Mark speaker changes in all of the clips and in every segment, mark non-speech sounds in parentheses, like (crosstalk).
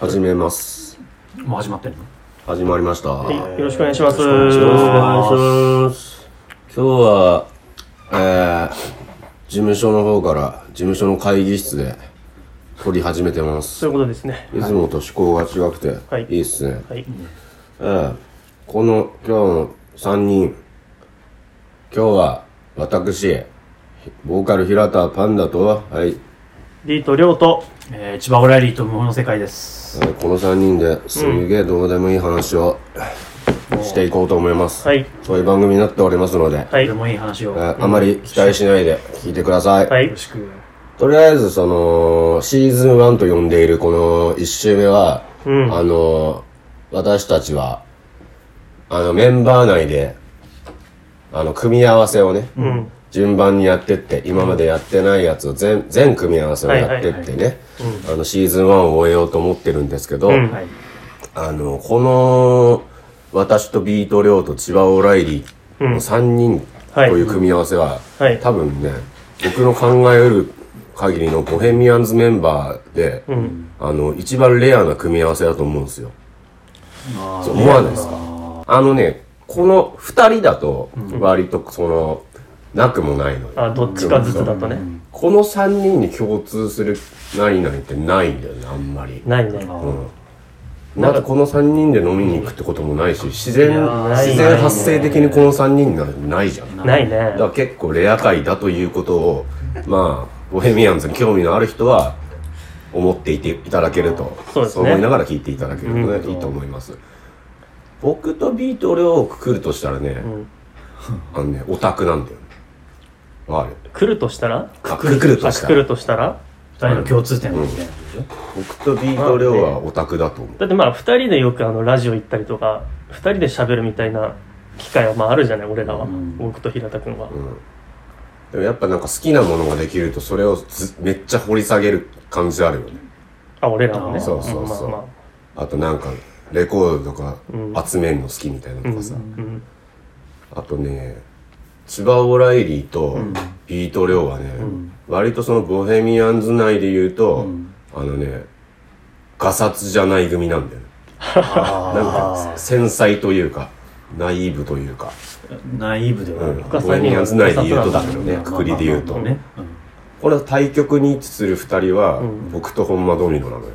Speaker 1: 始めます。
Speaker 2: もう始まってるの
Speaker 1: 始まりました。
Speaker 3: はい
Speaker 1: よ
Speaker 3: よろしくお願いします。
Speaker 1: ろしくお願いします。今日は、えー、事務所の方から、事務所の会議室で撮り始めてます。
Speaker 3: そういうことですね。
Speaker 1: いつもと趣向が違くて、
Speaker 3: はいい、
Speaker 1: いっすね。
Speaker 3: はい。
Speaker 1: えー、この今日の3人、今日は私、ボーカル平田パンダと、はい、
Speaker 3: リーとリョウと、
Speaker 2: えー、千葉オライリーと無法の世界です。
Speaker 1: えーこの3人ですげえどうでもいい話をしていこうと思います。
Speaker 3: はい。
Speaker 1: そういう番組になっておりますので、
Speaker 3: は
Speaker 2: と
Speaker 3: い
Speaker 2: て。もいい話を。
Speaker 1: え
Speaker 2: よ
Speaker 1: ーあまり期待しないで聞いてください。
Speaker 3: は
Speaker 2: ろ
Speaker 3: い。
Speaker 2: しく。
Speaker 1: とりあえず、その、シーズン1と呼んでいるこの1周目は、
Speaker 3: うん
Speaker 1: あの、私たちは、あの、メンバー内で、あの、組み合わせをね、
Speaker 3: うん。
Speaker 1: 順番にやってって、今までやってないやつを全、全組み合わせをやってってね、あの、シーズン1を終えようと思ってるんですけど、
Speaker 3: うん
Speaker 2: はい。
Speaker 1: あの、この、私とビート・リョウと千葉オライリーの3人
Speaker 3: はい
Speaker 1: という組み合わせは、
Speaker 3: はい
Speaker 1: 多分ね、僕の考える限りのボヘミアンズメンバーで、あの、一番レアな組み合わせだと思うんですよ。
Speaker 2: あ
Speaker 1: そう思わないですかあのね、この2人だと、割とその、なくもないのよ。
Speaker 3: あ、どっちかずつだとね。
Speaker 1: この3人に共通する何々ってないんだよね、あんまり。
Speaker 3: ないね。
Speaker 1: なんかこの3人で飲みに行くってこともないし自然
Speaker 2: いやー
Speaker 1: 自然発生的にこの3人なんてないじゃんだか
Speaker 3: ないね。
Speaker 1: ら結構レア回だということをまあボヘミアンズに興味のある人は思っていていただけると
Speaker 3: そうですね
Speaker 1: 思いながら聞いていただけるとねいいと思います僕とビートルをくくるとしたらね
Speaker 3: ん
Speaker 1: あのねオタクなんだよねわかる
Speaker 3: 来るとしたら
Speaker 1: あくるくると
Speaker 3: あ、
Speaker 1: した
Speaker 3: 来
Speaker 1: ら
Speaker 3: るとしたら
Speaker 2: 二人の共通点みたいな
Speaker 1: 僕とビートルはオタクだと思う
Speaker 3: だってまあ、二人でよくあの、ラジオ行ったりとか、二人で喋るみたいな機会はまああるじゃない、俺らは。
Speaker 2: ん
Speaker 3: 僕と平田くんは。
Speaker 1: でもやっぱなんか好きなものができるとそれをずめっちゃ掘り下げる感じあるよね
Speaker 3: あ、俺らはね。
Speaker 1: そうそうそうん
Speaker 3: まあま
Speaker 1: あとなんかレコードとか集めるの好きみたいなのとかさ、
Speaker 3: あうん。
Speaker 1: あとね千葉オライリーとビート量はね、割とそのボヘミアンズ内で言うと、あのねガサツじゃない組なんだよねなんか繊細というかナイーブというか、
Speaker 2: ナイーブでは
Speaker 1: う
Speaker 2: あ
Speaker 1: ん
Speaker 2: る。
Speaker 1: ボヘミアンズ内で言うとだけどね
Speaker 2: まあ
Speaker 1: くくりで言うと、
Speaker 2: まあまあね。
Speaker 1: これは対極に位置する2人は、僕と本間ドミノなのよ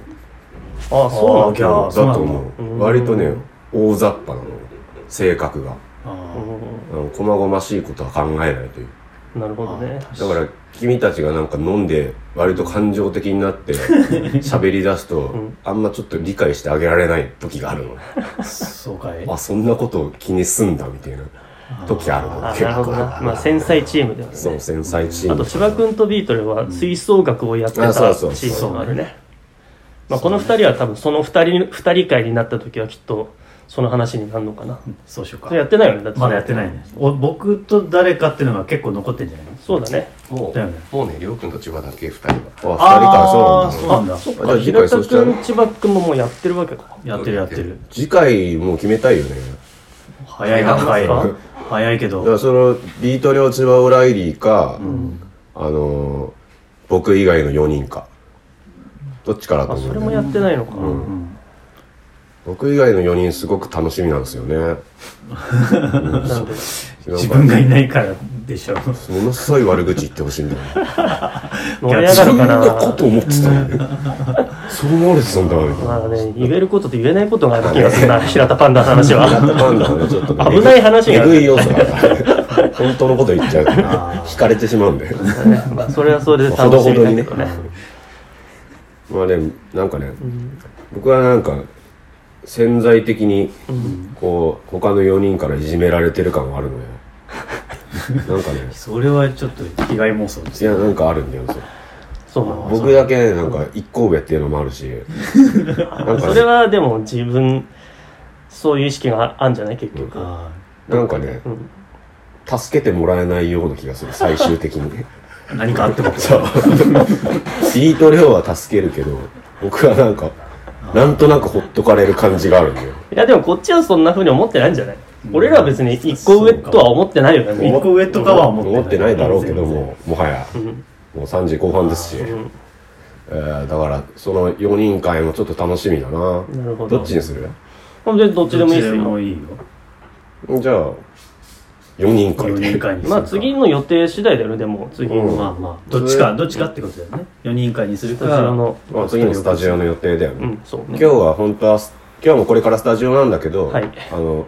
Speaker 3: あ、そうなん
Speaker 2: いや
Speaker 3: だ。
Speaker 2: ーそう
Speaker 1: だ
Speaker 2: なん
Speaker 1: と
Speaker 2: だ
Speaker 1: 思う割とね大雑把なのよ性格が
Speaker 2: あ
Speaker 1: あの細々しいことは考えないという
Speaker 3: うんなるほどね。
Speaker 1: だから君たちがなんか飲んで割と感情的になって喋り出すと、あんまちょっと理解してあげられない時があるの
Speaker 2: ーそうかい。
Speaker 1: あそんなことを気にすんだみたいな時あるの
Speaker 3: あ、なるほどな。まあ、繊細チームだよね。
Speaker 1: そう繊細チー
Speaker 3: あ
Speaker 1: ム
Speaker 3: と千葉君とビートルは吹奏楽をやってた
Speaker 1: あ
Speaker 3: チ
Speaker 1: そうそう
Speaker 3: ームがあるね。まあこの二人は多分その二人二人会になった時はきっとその話になるのかな。
Speaker 2: そうしよう
Speaker 3: そ
Speaker 2: か
Speaker 3: れ。やってないよねだって。
Speaker 2: まだやってないね。お僕と誰かっていうのが結構残ってんじゃない
Speaker 3: そうだね。
Speaker 1: も
Speaker 2: だよね
Speaker 1: もうねりょうくんと千葉だけ2人はあ2人かそうなんだ
Speaker 2: んだ
Speaker 3: そっ
Speaker 1: あじゃ
Speaker 3: か。
Speaker 1: あ次
Speaker 3: 平
Speaker 1: 回
Speaker 3: 田
Speaker 1: そうしちゃう
Speaker 3: 君千葉君ももうやってるわけか。
Speaker 2: やってるやってる。
Speaker 1: 次回もう決めたいよね
Speaker 2: 早いな、早い。早いけ
Speaker 1: だか
Speaker 2: ど。
Speaker 1: らそのビート両千葉オライリーか、あのー僕以外の4人かどっちからと
Speaker 3: あ
Speaker 1: 思
Speaker 3: そうれ
Speaker 1: ん
Speaker 3: も
Speaker 1: だ
Speaker 3: や
Speaker 1: よ
Speaker 3: ってないのか。
Speaker 1: 僕以外の4人すごく楽しみなんですよね
Speaker 3: なんで
Speaker 2: 自分がいないからでしょ。
Speaker 1: ものすごい悪口言ってほしいんだよね
Speaker 3: 盛り上が
Speaker 1: そ
Speaker 3: る
Speaker 1: ん
Speaker 3: か
Speaker 1: な
Speaker 3: な
Speaker 1: こ。と思ってたのにそう思われてたんだみたい
Speaker 3: ま
Speaker 1: な
Speaker 3: あね言えることと言えないことがある気がす
Speaker 1: (laughs)
Speaker 3: るな平田パンダの話
Speaker 1: やっ (laughs)
Speaker 3: は。
Speaker 1: たパンダはねちょっとね
Speaker 3: 危ない話がある
Speaker 1: えぐい要素があるから本当のこと言っちゃうとね惹かれてしまうんだよ
Speaker 3: まあそれはそれで
Speaker 1: (laughs) ほ
Speaker 3: 楽
Speaker 1: ど
Speaker 3: し
Speaker 1: ほ
Speaker 3: み
Speaker 1: ど
Speaker 3: だ
Speaker 1: に
Speaker 3: け
Speaker 1: ね
Speaker 3: どね。
Speaker 1: まあねなんかね、僕はなんか潜在的にこう他の4人からいじめられてる感があ
Speaker 3: (laughs)
Speaker 1: るのよなんかね
Speaker 2: それはちょっと被害妄想です
Speaker 1: いやなんかあるんだよそう
Speaker 3: そうなの。
Speaker 1: 僕だけなんか一個上っていうのもある
Speaker 3: (laughs)
Speaker 1: しなんか
Speaker 3: それはでも自分そういう意識があるんじゃない結局、
Speaker 2: あ
Speaker 1: なんかね、助けてもらえないような気がする最終的
Speaker 3: (laughs)
Speaker 1: に
Speaker 2: ー何かあっても
Speaker 1: そうビート量は助けるけど僕はなんかなんとなくほっとかれる感じがあるんだよ
Speaker 3: いやでもこっちはそんなふうに思ってないんじゃない、俺らは別に一個上とは思ってないよね、
Speaker 2: 一個上とかは思ってない
Speaker 1: 思ってないだろうけどももはや、もう3時後半ですし、
Speaker 3: ん
Speaker 1: えーだからその4人会もちょっと楽しみだな
Speaker 3: なるほど
Speaker 1: どっちにする
Speaker 3: ほんでどっちでもいいです
Speaker 2: どっちで
Speaker 3: よ
Speaker 2: もいいよ。
Speaker 1: じゃあ4人会
Speaker 2: 4
Speaker 1: で
Speaker 2: 人会にするか。
Speaker 3: まあ次の予定次第だよねでも次
Speaker 1: う
Speaker 3: の
Speaker 1: ん
Speaker 2: まあまあ、どっちか、どっちかってことだよね。4人会にする
Speaker 3: ス
Speaker 2: か。
Speaker 3: タジオの
Speaker 1: まあ、次のスタジオの予定だよね、
Speaker 3: うんそう
Speaker 1: 今
Speaker 3: ね
Speaker 1: 日は本当は今日もこれからスタジオなんだけど、
Speaker 3: はい
Speaker 1: あの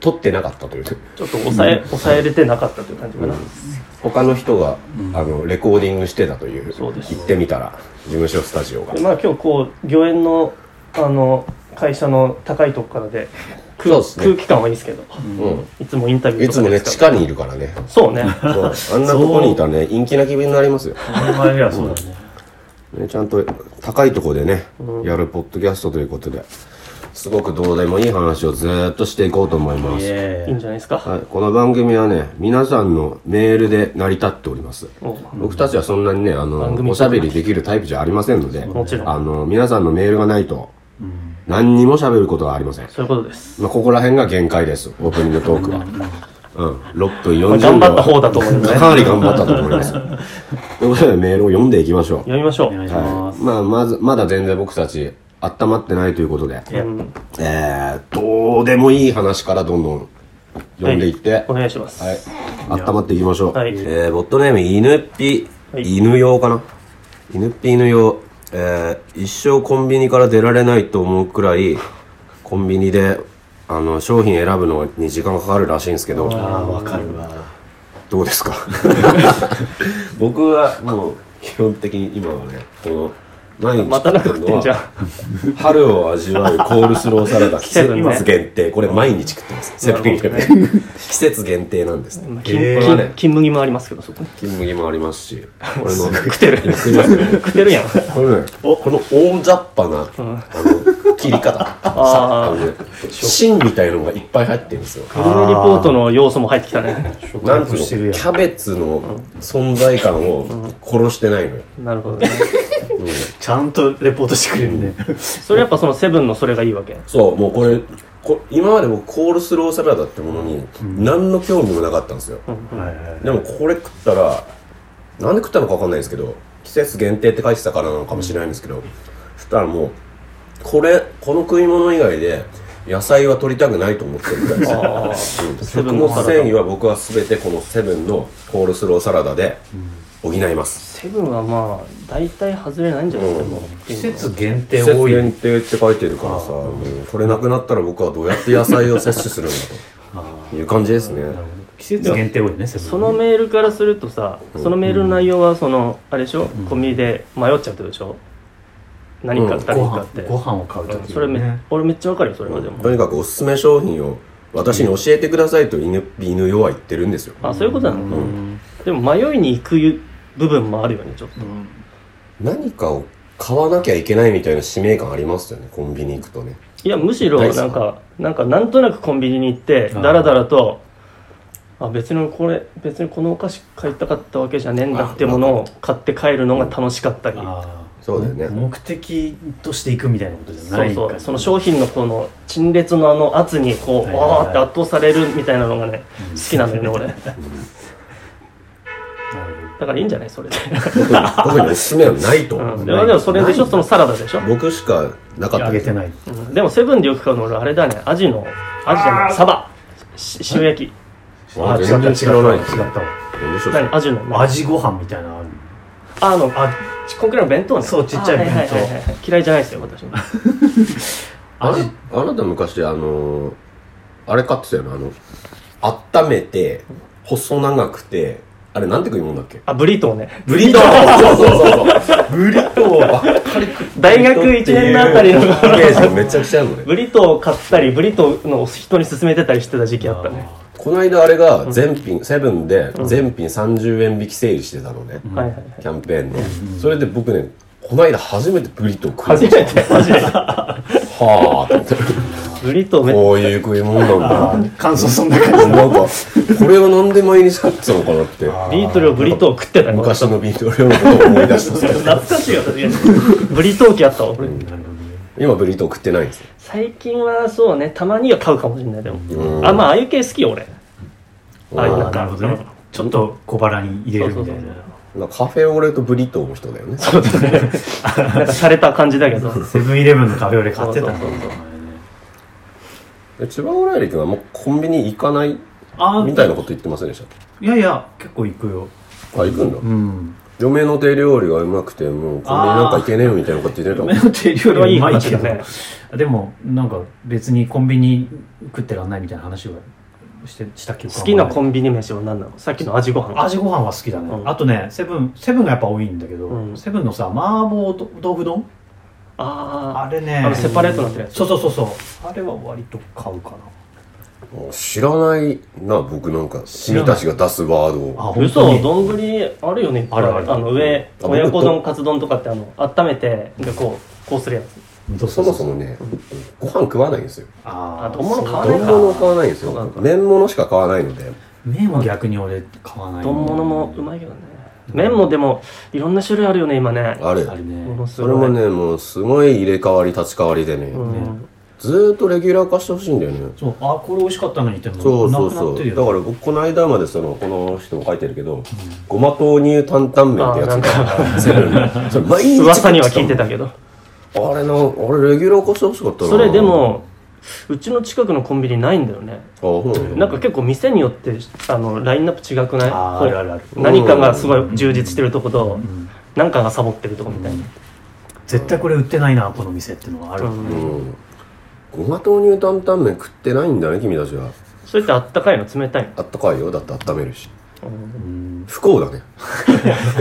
Speaker 1: 撮ってなかったという
Speaker 3: ちょっと抑え抑えれてなかったという感じかな
Speaker 1: 他の人が、あのレコーディングしてたという
Speaker 3: そうです
Speaker 1: 行ってみたら事務所スタジオが
Speaker 3: でまあ今日こう御苑のあの会社の高いとこからで空
Speaker 1: そうですね
Speaker 3: 空気感はいいですけど
Speaker 1: う
Speaker 3: いつもインタビ
Speaker 1: ん
Speaker 3: ュー
Speaker 1: い
Speaker 3: と
Speaker 1: つ
Speaker 3: か
Speaker 1: もね
Speaker 3: ですか
Speaker 1: 地下にいるからね
Speaker 3: らそうね
Speaker 1: そうあんなとこにいたらね陰気な気分になりますよ、
Speaker 2: お前らはそうだね。
Speaker 1: ね、ちゃんと高いとこでね、やるポッドキャストということですごくどうでもいい話をずーっとしていこうと思いま
Speaker 2: イ
Speaker 1: す
Speaker 2: エ
Speaker 3: いい
Speaker 2: ー
Speaker 3: ん
Speaker 2: イ
Speaker 3: じゃないですか
Speaker 1: はい、この番組はね皆さんのメールで成り立っております
Speaker 3: お
Speaker 1: 僕たちはそんなにねあの
Speaker 3: 番組
Speaker 1: おしゃべりできるタイプじゃありませんので
Speaker 3: もちろん
Speaker 1: あの皆さんのメールがないと
Speaker 2: うん
Speaker 1: 何にもしゃべることはありません、
Speaker 3: そういうことです
Speaker 1: まあ、ここら辺が限界ですオープニングトークは、うん、6分40秒
Speaker 3: まあ頑張った方だと思いますね
Speaker 1: かなり頑張ったと思います
Speaker 3: (laughs)
Speaker 1: ということでメールを読んでいきましょう
Speaker 3: 読みましょ
Speaker 2: お
Speaker 3: う
Speaker 2: 願いしま
Speaker 1: は
Speaker 2: す
Speaker 1: い。まあ、まずまだ全然僕たち温まってないということで、
Speaker 3: うん
Speaker 1: えー、どうでもいい話からどんどん読んでいって、
Speaker 3: お願いします
Speaker 1: はい。温まっていきましょう。
Speaker 3: はい
Speaker 1: えー、ボットネーム、犬っぴ、
Speaker 3: はい
Speaker 1: 犬用かな犬っぴ犬用。えー、一生コンビニから出られないと思うくらい、コンビニで、あの、商品選ぶのに時間かかるらしいんですけど、
Speaker 2: ああ、わかるわ。
Speaker 1: どうですか僕はもう、基本的に今はね、この、毎日
Speaker 3: またな
Speaker 1: 食
Speaker 3: く
Speaker 1: ってる
Speaker 3: て
Speaker 1: の
Speaker 3: んじゃん
Speaker 1: は、春を味わうコールスローサラダ、季
Speaker 3: 季節ね
Speaker 1: 節限定。これ毎日食ってます。セブンイレブン (laughs) 季節限定なんですね。
Speaker 3: 金
Speaker 1: これはね
Speaker 3: 金金麦もありますけどそこに
Speaker 1: 金麦もありますし、これの、
Speaker 3: 食ってる
Speaker 1: すいません
Speaker 3: 食ってるやん
Speaker 1: これね、 (laughs) この大雑把な、あの、切り方。あのね芯みたいのがいっぱい入ってるんですよ。
Speaker 3: グルメリポートの要素も入ってきたね
Speaker 1: なんていうの
Speaker 2: してるやん
Speaker 1: キャベツの存在感を殺してないのよ。
Speaker 3: なるほどね
Speaker 2: ちゃんとレポートしてくれるね。
Speaker 3: (laughs) それやっぱそのセブンのそれがいいわけ
Speaker 1: そう、もうこれ、こ今まで僕コールスローサラダってものに、何の興味もなかったんですよ。
Speaker 2: はいはい
Speaker 1: でもこれ食ったら、なんで食ったのかわかんないですけど、季節限定って書いてたからなのかもしれないんですけど、そしたらもう、これ、この食い物以外で、野菜は取りたくないと思ってるみたいです
Speaker 3: あ
Speaker 1: うん食物繊維は僕は全てこのセブンのコールスローサラダで補います。
Speaker 3: セブンはまあ大体外れないんじゃないですかもう
Speaker 2: 季節限
Speaker 1: 季
Speaker 2: 定
Speaker 1: 節
Speaker 2: 多い
Speaker 1: 限定って書いてるからさ、もうこれなくなったら僕はどうやって野菜を摂取するんだという感じですね。
Speaker 2: 季節限定多いね、セブン
Speaker 3: そのメールからするとさそのメールの内容はそのあれでしょコンビニで迷っちゃうってことでしょ何買ったらい
Speaker 2: ご
Speaker 3: いか
Speaker 2: 飯
Speaker 3: って
Speaker 2: ご飯を買うと
Speaker 3: うん
Speaker 2: き
Speaker 3: それめ俺めっちゃわかるよそれはでも
Speaker 1: とにかくおすすめ商品を私に教えてくださいと犬犬よは言ってるんですよ。
Speaker 3: あそういうことなのでも迷いに行く部分もあるよねちょっと
Speaker 1: 何かを買わなきゃいけないみたいな使命感ありますよね、コンビニ行くとね。
Speaker 3: いやむしろ
Speaker 1: 大好き
Speaker 3: なんかなんかなんとなくコンビニに行ってダラダラとあ別にこれ別にこのお菓子買いたかったわけじゃねえんだってものを買って帰るのが楽しかったり
Speaker 2: ああ
Speaker 1: そうだよね
Speaker 2: 目的としていくみたいなことじゃ
Speaker 3: そ
Speaker 2: な
Speaker 3: う
Speaker 2: いか
Speaker 3: そ
Speaker 2: ら
Speaker 3: うその商品のこの陳列のあの圧にこう
Speaker 2: はいはいはい
Speaker 3: わーって圧倒されるみたいなのがね好きなんだよね俺だ
Speaker 2: なるほど
Speaker 3: からいいんじゃない
Speaker 2: (laughs)
Speaker 3: それで
Speaker 1: 特に特におすすめはないと。
Speaker 3: うんでもでもそれでしょそのサラダでしょ
Speaker 1: 僕しかなかった
Speaker 2: あげてない
Speaker 3: うんでもセブンでよく買うの俺あれだねアジのアジじゃないサバし塩焼き
Speaker 1: あ全然知らない
Speaker 2: 違
Speaker 1: です
Speaker 2: った違った
Speaker 1: 面白い
Speaker 3: 何アジの
Speaker 2: わ味ご飯みたいなのある
Speaker 3: あの
Speaker 2: あ
Speaker 3: ちこんくらいの弁当ね
Speaker 2: そうちっちゃい弁当
Speaker 3: あはははいはい嫌いじゃないですよ私も
Speaker 1: あ
Speaker 2: 味
Speaker 1: あなた昔あのーあれ買ってたよねあの温めて細長くてあれなんて食い物だっけ
Speaker 3: あブリトーね
Speaker 1: ブリトーそうそうそうそう
Speaker 2: ブリトー
Speaker 3: 大学1年のあたりの
Speaker 1: イメージがめちゃくちゃあるのね
Speaker 3: ブリトーを買ったりブリトーの人に勧めてたりしてた時期あったね
Speaker 1: この間あれが全品セブンで全品30円引きセールしてたのね
Speaker 3: はいはいはい
Speaker 1: キャンペーンのそれで僕ねこの間初めてブリトー食
Speaker 3: 初
Speaker 1: い
Speaker 3: め
Speaker 1: ました
Speaker 3: てマジで
Speaker 1: はあって
Speaker 3: ブリトーめっちゃ
Speaker 1: こういう食い物なんだ
Speaker 2: あ感想そんな感じ
Speaker 1: なんかこれをなんで毎日食ってたのかなって
Speaker 3: ビートルをブリトーを食ってたね
Speaker 1: 昔のビートルのことを思い出したんですけど
Speaker 3: 懐かしいよ確かにブリトー期あったわ俺
Speaker 1: 今ブリトー食ってないんですよ
Speaker 3: 最近はそうねたまには買うかもしれないで
Speaker 1: う
Speaker 3: も
Speaker 1: ん
Speaker 3: あまあああいう系好きよ俺ああいうなん
Speaker 2: なる
Speaker 3: か
Speaker 2: ほどねちょっと小腹に入れるみたいな
Speaker 3: そうそう
Speaker 1: まあ、カフェオレとブリトーの人だよね
Speaker 3: そうだねなんか洒落た感じだけ (laughs) ど
Speaker 2: セブンイレブンのカフェオレ買ってたの
Speaker 3: そうそうそう
Speaker 1: で千葉オライリー君はもうコンビニ行かない
Speaker 2: あ
Speaker 1: みたいなこと言ってませんでし
Speaker 2: いやいや結構行くよ
Speaker 1: たあ行くんだ、
Speaker 2: うん
Speaker 1: 嫁の手料理がうまくてもうコンビニなんか行けねえよみたいなこと言ってたもん
Speaker 2: 目の手料理はうまいけど
Speaker 3: それはいい話
Speaker 2: でもなんか別にコンビニ食ってらんないみたいな話はしてした記憶
Speaker 3: 好きなコ
Speaker 2: ン
Speaker 3: ンビニ飯は何なのさっきの味ご飯
Speaker 2: 味ご飯は好きだね、
Speaker 3: うん
Speaker 2: あとねセブンセブンがやっぱ多いんだけど、
Speaker 3: うん
Speaker 2: セブンのさ麻婆ど豆腐丼
Speaker 3: あ
Speaker 2: あれね
Speaker 3: あのセパレートになってるやつ
Speaker 2: そうそうそうそうあれは割と買うかな
Speaker 1: もう知らないな僕なんか君たちが出すワードを
Speaker 2: あ
Speaker 3: あ嘘丼あるよねいっぱい
Speaker 2: あるある
Speaker 3: の上
Speaker 1: あ
Speaker 3: 親子丼カツ丼とかってあの温めてでこうこうするやつ
Speaker 1: そもそもねご飯食わないんですよ
Speaker 2: あ
Speaker 3: あ
Speaker 2: ー
Speaker 3: 丼物買わない
Speaker 1: 丼
Speaker 3: か
Speaker 1: 物を買わないんです
Speaker 3: そうなん
Speaker 1: よ
Speaker 3: だ
Speaker 1: 麺物しか買わないので
Speaker 2: 麺は逆に俺買わない
Speaker 3: 丼物もうまいけどね麺もでもいろんな種類あるよね今ね
Speaker 1: あれ
Speaker 2: あれね
Speaker 3: ものす
Speaker 1: それ
Speaker 3: ご
Speaker 1: も
Speaker 3: い
Speaker 1: ねもうすごい入れ替わり立ち替わりでね、
Speaker 3: うん
Speaker 1: ずーっとレギュラー化してほしいんだよね
Speaker 2: そうあこれ美味しかったのにっても
Speaker 1: そうそうそう
Speaker 2: なくなってる
Speaker 1: だ
Speaker 2: よ
Speaker 1: から僕この間までそのこの人も書いてるけど、ごま豆乳担々麺ってやつ
Speaker 3: あー
Speaker 1: がセブンのそれ毎日食ってたもん
Speaker 3: 噂には聞いてたけど
Speaker 1: あれのあれレギュラー化してほしかったな
Speaker 3: それでもうちの近くのコンビニないんだよね
Speaker 1: あそうなんだ
Speaker 3: なんか結構店によってあのラインナップ違くない
Speaker 2: あー
Speaker 3: こう
Speaker 2: あるあるある
Speaker 3: 何かがすごい充実してるとこと、
Speaker 2: ん
Speaker 3: 何かがサボってるとこみたいな、
Speaker 2: 絶対これ売ってないなこの店っていうのがある、
Speaker 3: うん
Speaker 1: うんごま豆乳担々麺食ってないんだね君たちは
Speaker 3: それってあったかいの冷たいの、
Speaker 1: あったかいよだって温めるし
Speaker 3: うん
Speaker 2: うん
Speaker 1: 不幸だね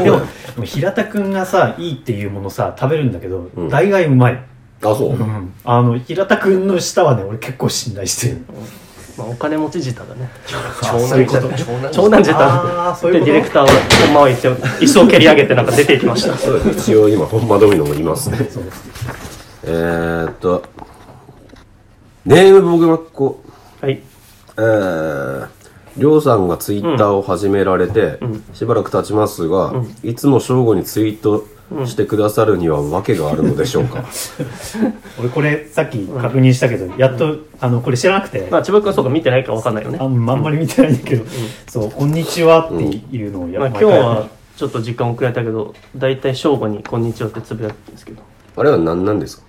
Speaker 2: でもでも平田君がさいいっていうものさ食べるんだけど、
Speaker 1: うん
Speaker 2: 大概うまい、
Speaker 1: あそう、
Speaker 2: あの平田君の舌はね俺結構信頼してる
Speaker 3: まあ、お金持ち舌だね
Speaker 1: 長男舌
Speaker 3: そういうこと
Speaker 1: 長男舌
Speaker 3: 長男
Speaker 2: あー
Speaker 3: 舌
Speaker 2: そう
Speaker 3: で
Speaker 2: いうこ
Speaker 3: デ
Speaker 2: と
Speaker 3: ィレクターはほんまは一生一生蹴り上げてなんか出ていき
Speaker 2: (laughs)
Speaker 3: ました
Speaker 1: そうです一応今本間ドミノもいますね
Speaker 2: そう
Speaker 1: えーっとネーム僕がこう
Speaker 3: はい
Speaker 1: えーりょうさんがツイッターを始められて、しばらく経ちますが、いつも正午にツイートしてくださるには訳があるのでしょうか、
Speaker 2: 俺これさっき確認したけど、やっとあのこれ知らなくて、
Speaker 3: まあ千葉君はそうか見てないかわかんないよね
Speaker 2: あんまあんまり見てないんだけど、そう「こんにちは」っていうのをや
Speaker 3: まあ、
Speaker 2: っ
Speaker 3: 今
Speaker 2: ぱ
Speaker 3: 日
Speaker 2: り、
Speaker 3: はちょっと時間遅れたけど大体正午に「こんにちは」ってつぶやくんですけど
Speaker 1: あれは何なんですか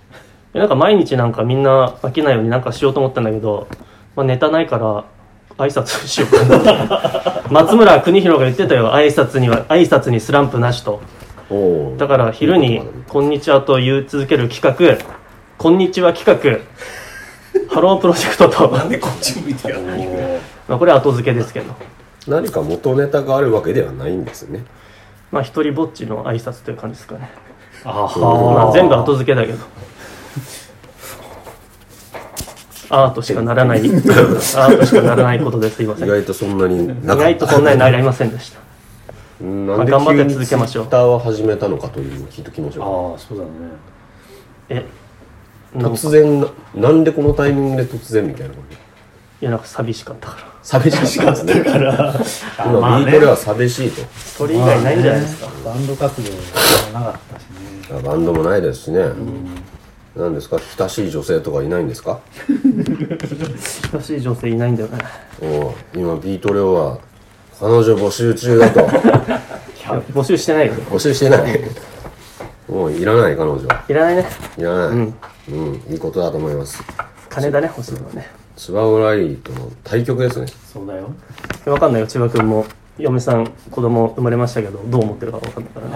Speaker 3: なんか毎日なんかみんな飽きないようになんかしようと思ったんだけど、まあ、ネタないから挨拶しようかな
Speaker 2: (laughs)
Speaker 3: 松村邦弘が言ってたよ挨拶には挨拶にスランプなしと
Speaker 1: おー
Speaker 3: だから昼に「こんにちは」と言い続ける企画「こんにちは」企画ハロープロジェクトと
Speaker 2: こっち向いてやる
Speaker 3: まあこれは後付けですけど
Speaker 1: 何か元ネタがあるわけではないんですね
Speaker 3: まあ一人ぼっちの挨拶という感じですかね
Speaker 2: あ
Speaker 3: ま
Speaker 2: は
Speaker 3: あ全部後付けだけどアートしかならないアートしかならないことですすいませ
Speaker 1: 意
Speaker 3: ん
Speaker 1: 外とそんなに
Speaker 3: 意外とそんなになりませんでした
Speaker 1: うんなんで
Speaker 3: まあ頑張
Speaker 1: 急
Speaker 3: って
Speaker 1: に
Speaker 3: 続
Speaker 1: ツイ
Speaker 3: けましょう
Speaker 1: ッターを始めたのかというのを聞いときましょ
Speaker 2: ああそうだね
Speaker 3: え
Speaker 1: う
Speaker 3: なんか
Speaker 1: 突然ななんでこのタイミングで突然みたいなこと
Speaker 3: いやなんか寂しかったから
Speaker 1: 寂しかったね
Speaker 3: (laughs)
Speaker 2: ら
Speaker 1: 今ビートでは寂しいと
Speaker 3: それ以外ないんじゃないですか、
Speaker 2: バンド活動がなかったしね
Speaker 1: あバンドもないですしね、なんですか親しい女性とかいないんですか
Speaker 3: 親しい女性いないんだよね
Speaker 1: おう今ビートレオは彼女募集中だ
Speaker 3: (laughs)
Speaker 1: と
Speaker 3: いや募集してないよ
Speaker 1: 募集して
Speaker 3: (laughs)
Speaker 1: ないもういらない彼女はい
Speaker 3: らないね
Speaker 1: いらないうん、いいことだと思います
Speaker 3: 金だね欲しいのはね
Speaker 1: 千葉オライリーとの対局ですね
Speaker 2: そうだよ
Speaker 3: 分かんないよ千葉君も嫁さん子供生まれましたけどどう思ってるか分かんないからね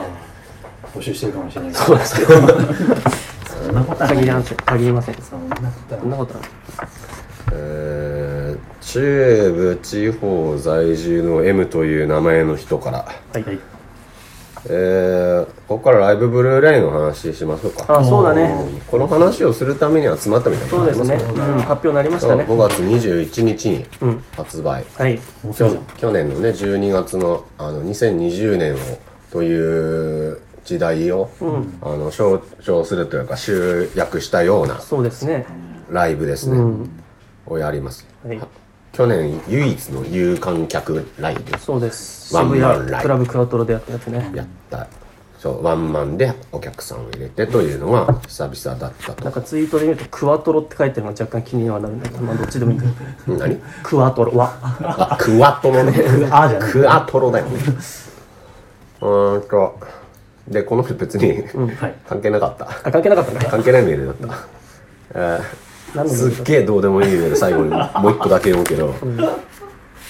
Speaker 2: 募集してるかもしれない
Speaker 3: そうですけ
Speaker 2: (laughs)
Speaker 3: ど
Speaker 2: そんなことは
Speaker 3: 限り
Speaker 2: ん
Speaker 3: ません限りませんそ
Speaker 2: そんなことは
Speaker 3: んなことはない
Speaker 1: えー中部地方在住の M という名前の人から
Speaker 3: はい、はい、
Speaker 1: えーここからライブブルーレイの話しましょうか
Speaker 3: ああそうだね
Speaker 1: この話をするために集まったみたいな
Speaker 3: そうですね、うん、発表になりまし
Speaker 1: そ
Speaker 3: た
Speaker 1: う
Speaker 3: ね
Speaker 1: 5月21日に
Speaker 3: うん
Speaker 1: 発売、
Speaker 3: はい
Speaker 1: 去去年のね12月のあの2020年をという時代を、あの象徴するというか集約したような
Speaker 3: そうですね
Speaker 1: ライブですね、をやります
Speaker 3: はい
Speaker 1: 去年唯一の有観客ライブ
Speaker 3: そうです
Speaker 1: ワンマン
Speaker 3: 渋谷
Speaker 1: ライブ
Speaker 3: クラブクワトロでやったやつね
Speaker 1: やったそうワンマンでお客さんを入れてというのが久々だった
Speaker 3: なん
Speaker 1: と
Speaker 3: かツイートで見るとクワトロって書いてるのが若干気にはなるんだけどまあどっちでもいいけど
Speaker 1: 何
Speaker 3: クワトロは
Speaker 1: あクワトロね
Speaker 2: あじゃない
Speaker 1: クワトロだよねうーんとでこの人別に
Speaker 2: はい
Speaker 1: 関係なかった
Speaker 3: あ、関係なかったね。
Speaker 1: 関係ないメールだった、えー
Speaker 3: 何のメールだった
Speaker 1: すっげえどうでもいいメール最後にもう1個だけ読むけど、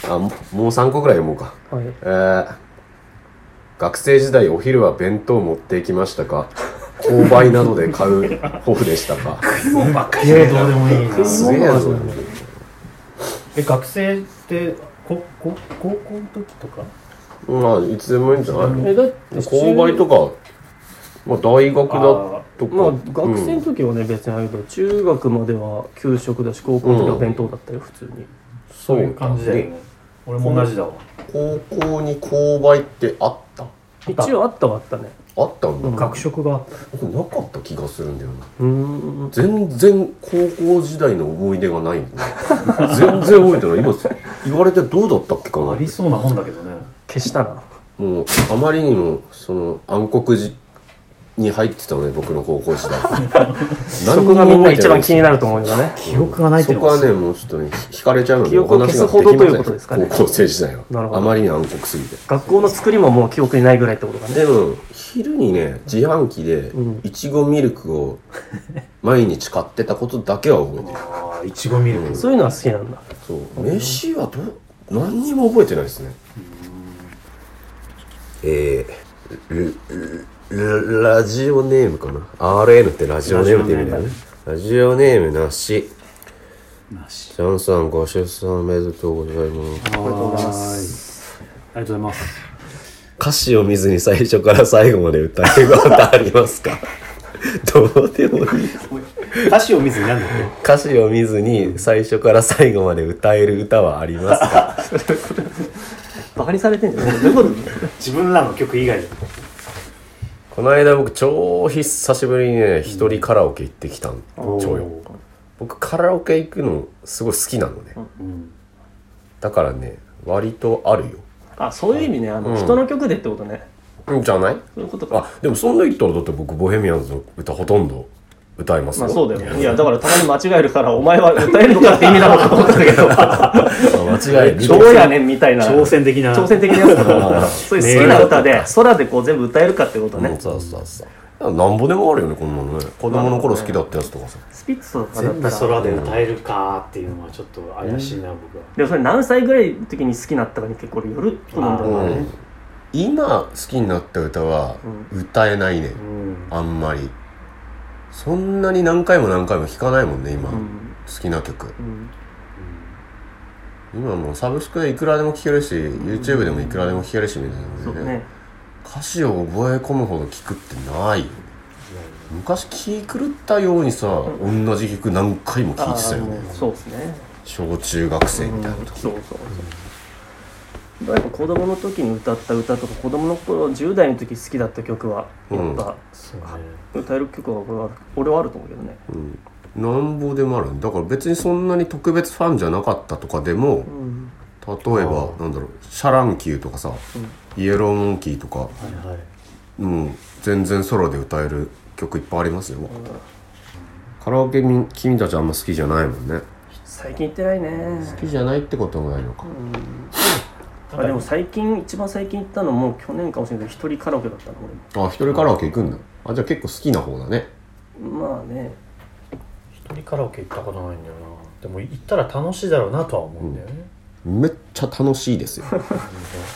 Speaker 1: あももう3個ぐらい読もうか
Speaker 3: はい。
Speaker 1: えー学生時代お昼は弁当持っていきましたか購買などで買う方でしたか
Speaker 2: いやどうでもいいな
Speaker 1: すげえぞ
Speaker 2: え学生ってここ高校の時とか
Speaker 1: まあいつでもいいんじゃないの
Speaker 3: え、だって、
Speaker 1: 購買とか、まあ、大学だとか
Speaker 3: まあ、学生
Speaker 1: う
Speaker 3: の
Speaker 1: ん
Speaker 3: 時はね、別にあれだけど、中学までは給食だし、高校の時は弁当だったよ、普通に。
Speaker 1: そう
Speaker 4: いう感じだよね俺も同じだわ
Speaker 1: 高校に購買ってあった
Speaker 3: 一応あったはあったね。
Speaker 1: あったんだ、
Speaker 3: うん
Speaker 2: 学食が
Speaker 1: なかった気がするんだよな
Speaker 3: うーん。
Speaker 1: 全然高校時代の思い出がないんだよ (laughs) 全然覚えてない今言われてどうだったっけか
Speaker 4: あ
Speaker 1: な
Speaker 4: りそうなもんだけどね
Speaker 3: 消したな。
Speaker 1: もうあまりにもその暗黒時に入ってたのね僕の高校
Speaker 3: (laughs)
Speaker 1: 時代
Speaker 3: そ
Speaker 1: 何に
Speaker 3: こ
Speaker 1: も
Speaker 3: がみんな一番
Speaker 1: 覚えて
Speaker 3: 気に
Speaker 1: い
Speaker 3: なると思うよね。
Speaker 2: 記憶がないっ
Speaker 1: そ
Speaker 2: ていうの
Speaker 1: こ
Speaker 2: が
Speaker 1: はねもうちょっとね惹かれちゃうの
Speaker 3: 記
Speaker 1: でお
Speaker 3: 憶を
Speaker 1: 話
Speaker 3: 消す
Speaker 1: が
Speaker 3: ほ
Speaker 1: で
Speaker 3: ど
Speaker 1: きま
Speaker 3: という
Speaker 1: せ
Speaker 3: こ
Speaker 1: ん
Speaker 3: とですかね
Speaker 1: 高校生時代は
Speaker 3: なるほど
Speaker 1: あまりに暗黒すぎて
Speaker 3: 学校の作りももう記憶にないぐらいってことかね。
Speaker 1: でも昼にね自販機で
Speaker 3: うん
Speaker 1: いちごミルクを毎日買ってたことだけは覚えてる
Speaker 4: ああいちごミルク
Speaker 3: そういうのは好きなんだ。
Speaker 1: そう飯はどう何にも覚えてないですねえール、ララジオネームかな RN ってラジオネームって意味だよねラジオネームなし
Speaker 2: なし
Speaker 1: ジャンさんご出産おめでとうございます
Speaker 2: ありがとうございますありがとうございます
Speaker 1: 歌詞を見ずに最初から最後まで歌えることありますか (laughs) どうでもいい
Speaker 2: 歌詞を見ずになんだっ
Speaker 1: 歌詞を見ずに最初から最後まで歌える歌はありますか
Speaker 3: バカにされてんじゃないどういうこと
Speaker 2: け自分らの曲以外で
Speaker 1: この間僕超久しぶりにね一人カラオケ行ってきたん超よ僕カラオケ行くのすごい好きなのね
Speaker 2: うん
Speaker 1: だからね割とある
Speaker 3: (laughs) あ、そういう意味ね。あの、
Speaker 1: うん
Speaker 3: 人の曲でってことね。
Speaker 1: よじゃない
Speaker 3: そういうことか。
Speaker 1: あでもそんな言ったらだって僕ボヘミアンズの歌ほとんど歌います
Speaker 3: ま
Speaker 1: よ、
Speaker 3: あそうだよね。いや、だからたまに間違えるから、お前は歌えるのかって意味なのかと思ったけ (laughs) ど、
Speaker 1: あ間違え
Speaker 3: (laughs) どうやねんみたいな。
Speaker 2: 挑戦的な
Speaker 3: 挑戦的なやつだから、そういう好きな歌で、空でこう全部歌えるかってこと
Speaker 1: ね
Speaker 3: ね。
Speaker 1: そうそうそうなんぼでもあるよねこんなのね子供の頃好きだったやつとかさ
Speaker 3: スピッツとかだ
Speaker 4: 全
Speaker 3: った
Speaker 4: 部
Speaker 3: ら、
Speaker 4: 空で歌えるかーっていうのはちょっと怪しいな僕は
Speaker 3: でもそれ何歳ぐらいの時に好きになったかに結構よると思うんだよね。
Speaker 1: 今好きになった歌は歌えないね、
Speaker 4: うん
Speaker 1: あんまりそんなに何回も何回も聴かないもんね今、
Speaker 3: うん
Speaker 1: 好きな曲
Speaker 3: うん
Speaker 1: 今もうサブスクでいくらでも聴けるし、YouTube でもいくらでも聴けるしみたいなので
Speaker 3: そうね。
Speaker 1: 歌詞を覚え込むほど聴くってないよね昔聴き狂ったようにさ、同じ曲何回も聴いてたよね
Speaker 3: あーそうですね。
Speaker 1: 小中学生みたいな時、
Speaker 3: そうそうそう。やっぱ子供の時に歌った歌とか子供の頃10代の時好きだった曲はやっぱ
Speaker 4: そうね
Speaker 3: 歌える曲は俺は俺はあると思うけどね、
Speaker 1: なんぼでもあるだから別にそんなに特別ファンじゃなかったとかでも、
Speaker 3: うん、
Speaker 1: 例えばなんだろうシャランキューとかさ、イエローモンキーとか
Speaker 4: はいはい
Speaker 1: もう全然ソロで歌える曲いっぱいありますよ、カラオケみ君たちあんま好きじゃないもんね
Speaker 3: 最近行ってないね
Speaker 1: 好きじゃないってこともないのか、
Speaker 3: あでも最近一番最近行ったのも去年かもしれないけど一人カラオケだったの
Speaker 1: あ一人カラオケ行くんだあじゃあ結構好きな方だね
Speaker 3: 俺もまあね
Speaker 4: 一人カラオケ行ったことないんだよなでも行ったら楽しいだろうなとは思うんだよね、
Speaker 1: めっちゃ楽しいです (laughs) よ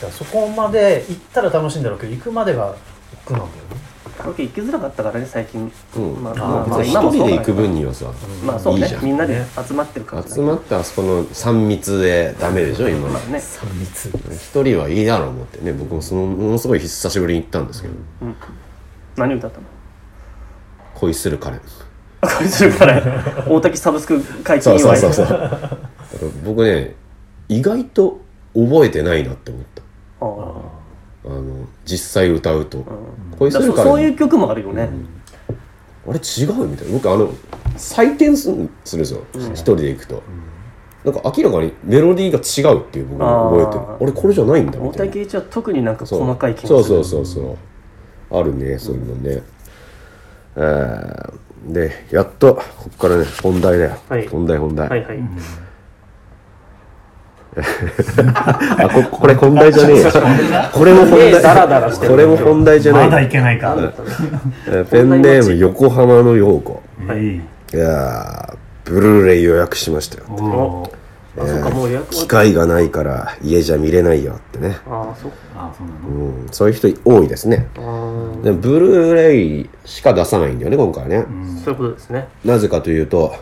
Speaker 4: いやそこまで行ったら楽しいんだろうけど行くまでが苦なんだよね
Speaker 3: カラオケ行きづらかったからね最近
Speaker 1: うん
Speaker 3: まあ
Speaker 1: まあ
Speaker 3: まあ
Speaker 1: 別に
Speaker 3: まあ
Speaker 1: 一人で行く分にはさ、
Speaker 3: まあそうね
Speaker 1: いいじゃん
Speaker 3: みんなで集まってるから
Speaker 1: 集まってあそこの3密でダメでしょ今
Speaker 3: まあね
Speaker 4: 三密
Speaker 1: 一人はいいだろう思ってね僕もそのものすごい久しぶりに行ったんですけど
Speaker 3: 何歌ったの
Speaker 1: 恋する彼
Speaker 3: これす
Speaker 1: (laughs)
Speaker 3: るから大滝サブスク解
Speaker 1: そ
Speaker 3: 禁
Speaker 1: う
Speaker 3: 祝
Speaker 1: そう
Speaker 3: い
Speaker 1: そうそうだから僕ね意外と覚えてないなって思った
Speaker 3: あ
Speaker 1: あの実際歌うと、
Speaker 3: あ
Speaker 1: 恋す
Speaker 3: だか
Speaker 1: る
Speaker 3: らそ
Speaker 1: か
Speaker 3: そ
Speaker 1: ら
Speaker 3: ういう曲もあるよね、
Speaker 1: あれ違うみたいな僕あの採点するするんですよ、一人で行くと、なんか明らかにメロディーが違うっていう僕も覚え
Speaker 3: あ
Speaker 1: て
Speaker 3: ー
Speaker 1: るあれこれじゃないんだ
Speaker 3: 大
Speaker 1: みたいな
Speaker 3: 滝一は特になんか
Speaker 1: そう
Speaker 3: 細かい気がす
Speaker 1: そ
Speaker 3: る
Speaker 1: うそうそうそうあるねそういうのね、えーでやっとここからね本題だよ、
Speaker 3: はい
Speaker 1: 本題本題、
Speaker 3: はいはい、
Speaker 1: あここれ本題じゃね
Speaker 3: (laughs)
Speaker 1: えよこれも本題
Speaker 3: ダラダラしてる
Speaker 1: これも本題じゃ
Speaker 4: ま
Speaker 1: な
Speaker 4: だ
Speaker 1: い、
Speaker 4: いけないか。
Speaker 1: えーペンネーム横浜の陽子
Speaker 4: はい。
Speaker 1: いやーブルーレイ予約しましたよ
Speaker 2: おお
Speaker 3: あ、そっか、もう予約終わ
Speaker 1: 機
Speaker 3: った
Speaker 1: 会がないから家じゃ見れないよってね、
Speaker 3: ああ、そっか。
Speaker 2: あそうなの
Speaker 1: うん、そういう人多いですね
Speaker 3: あー
Speaker 1: でブルーレイしか出さないんだよね今回ね、
Speaker 3: そういうことですね。
Speaker 1: なぜかというと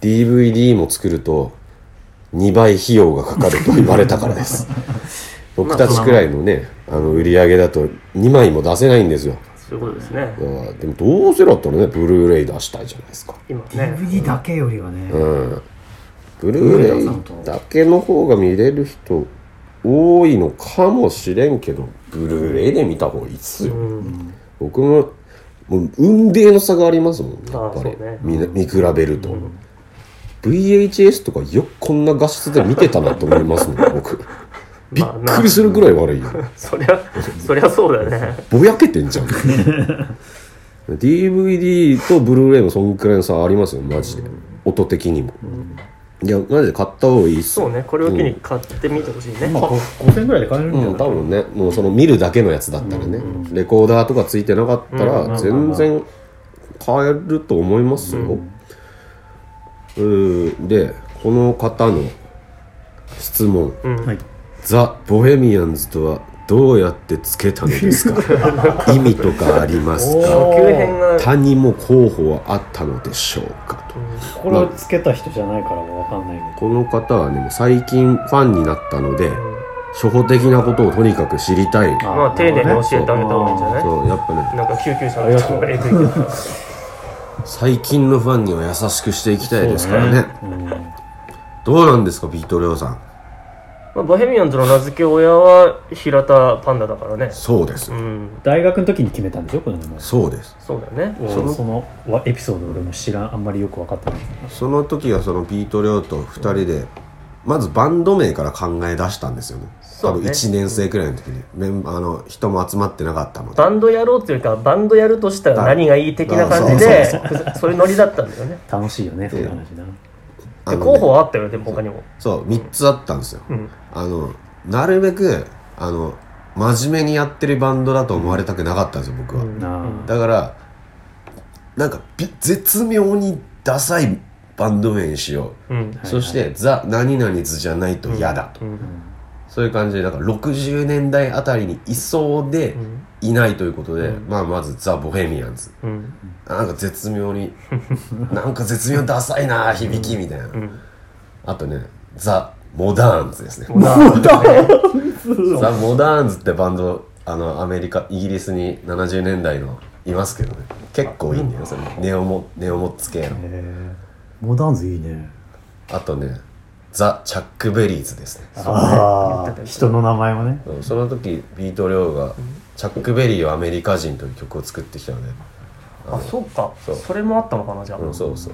Speaker 1: DVD も作ると2倍費用がかかると言われたからです僕たちくらいのねあの売り上げだと2枚も出せないんですよ
Speaker 3: そういうことですね
Speaker 1: あ。ーでもどうせだったらねブルーレイ出したいじゃないですか
Speaker 3: 今ね。
Speaker 2: DVD だけよりはね、
Speaker 1: うんブルーレイだけの方が見れる人多いのかもしれんけどブルーレイで見た方がいいっすよ、
Speaker 3: うん。
Speaker 1: 僕ももう運命の差がありますもんねやっぱり
Speaker 3: あそうね
Speaker 1: 見見比べると、VHS とかよくこんな画質で見てたなと思い
Speaker 3: (laughs)
Speaker 1: ますもん僕びっ
Speaker 3: まあな
Speaker 1: くりするぐらい悪いよ
Speaker 3: そりゃ、そりゃそうだよね。
Speaker 1: ぼやけてんじ
Speaker 3: (laughs)
Speaker 1: ゃん DVD とブルーレイもそんくらいの差ありますよマジで音的にも、いやマジで買った方がいいっすよ
Speaker 3: そうね、これを機に買ってみてほしいね。
Speaker 4: まあ、こ5000円ぐらいで買えるんじゃ
Speaker 1: う、
Speaker 4: なんい
Speaker 1: 多分ねもうその見るだけのやつだったらね、レコーダーとかついてなかったら全然買えると思いますよ、うん、でこの方の質問
Speaker 3: うん。
Speaker 2: はい
Speaker 1: 「ザ・ボヘミアンズ」とはどうやってつけたのですか意味とかありますか
Speaker 3: 初級編が、
Speaker 1: 他にも候補はあったのでしょうかと
Speaker 4: これをつけた人じゃないからわかんないけ
Speaker 1: この方はねもう最近ファンになったので初歩的なことをとにかく知りたい
Speaker 4: ど。
Speaker 3: まあ、丁寧に教えてあげた方がいいんじゃない
Speaker 1: そうやっぱね
Speaker 3: なんか救急車の人がえぐいけど。
Speaker 1: 最近のファンには優しくしていきたいですからね
Speaker 4: うん
Speaker 1: どうなんですかビートレオさん
Speaker 3: まあ、ボヘミアンズの名付け親は平田パンダだからね。
Speaker 1: そうです、
Speaker 3: うん。
Speaker 4: 大学の時に決めたんでしょ、これも。
Speaker 1: そうです
Speaker 3: そうだよね。
Speaker 4: そのそのわエピソード俺も知らんあんまりよく分かってない
Speaker 1: その時はそのビートレオと2人でまずバンド名から考え出したんですよね多
Speaker 3: そうね
Speaker 1: 分1年生くらいの時にメンバーあの人も集まってなかったので
Speaker 3: バンドやろうというか、バンドやるとしたら何がいい的な感じで、そういうノリだったんだよね。
Speaker 4: 楽しいよねそういう話な
Speaker 1: あ
Speaker 3: で、
Speaker 1: のね
Speaker 3: 候補はあったよね、でも他にも。
Speaker 1: そう3つあったんですよ、
Speaker 3: うん。
Speaker 1: あのなるべくあの真面目にやってるバンドだと思われたくなかったんですよ僕は、
Speaker 3: うん
Speaker 4: なあ
Speaker 1: だからなんかび絶妙にダサいバンド名にしよう
Speaker 3: うん。
Speaker 1: そして「ザ・何々図」じゃないと嫌だと、
Speaker 3: うん。
Speaker 1: そういう感じでなんか60年代あたりにいそうで
Speaker 3: うん
Speaker 1: いないということで、
Speaker 3: うん
Speaker 1: まあ、まず「ザ・ボヘミアンズ
Speaker 3: うん。」
Speaker 1: なんか絶妙に (laughs) なんか絶妙にダサいな響きみたいな、
Speaker 3: うん。
Speaker 1: あとね「ザ・モダーンズ」ですね
Speaker 3: モダン
Speaker 1: 「ザ・モダーンズ」ってバンドあのアメリカイギリスに70年代のいますけどね結構いいんだよそれネオモネオモッツ系の
Speaker 4: え
Speaker 2: モダンズいいね
Speaker 1: あとね「ザ・チャックベリーズ」ですね
Speaker 2: あ
Speaker 3: 言っ
Speaker 2: あ
Speaker 3: てた
Speaker 2: 人の名前もね
Speaker 1: うんその時ビート・レオが「チャック・ベリーはアメリカ人」という曲を作ってきたので、
Speaker 3: あ、そうか。
Speaker 1: そう
Speaker 3: それもあったのかな、じゃあ。
Speaker 1: うん、そうそう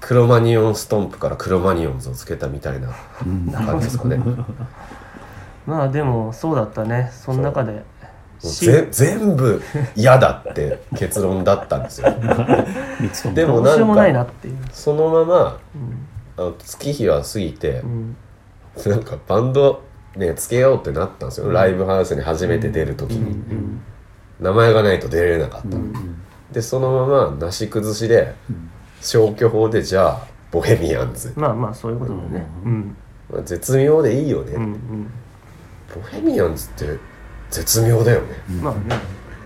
Speaker 1: クロマニオンストンプからクロマニオンズをつけたみたいな感じですかねも
Speaker 3: まあ、でも、そうだったね。その中で。
Speaker 1: う
Speaker 3: し
Speaker 1: ぜ全部嫌だって結論だったんです
Speaker 3: (laughs)
Speaker 1: よ
Speaker 4: 三つとも
Speaker 1: でも
Speaker 3: どうしようもな
Speaker 1: ないん
Speaker 3: な
Speaker 1: か
Speaker 3: っていう。
Speaker 1: そのまま
Speaker 3: うん。
Speaker 1: あの月日は過ぎて
Speaker 3: う、ん。
Speaker 1: なんかバンドねつけようってなったんですよ、ライブハウスに初めて出る時に、
Speaker 3: うん。
Speaker 1: 名前がないと出れなかった、
Speaker 3: うん。
Speaker 1: でそのままなし崩しで消去法でじゃあボヘミアンズ、
Speaker 3: まあまあ、そういうことだよね。うん。
Speaker 1: まあ絶妙でいいよね、
Speaker 3: うん。うん。
Speaker 1: ボヘミアンズって絶妙だよね、
Speaker 3: まあね。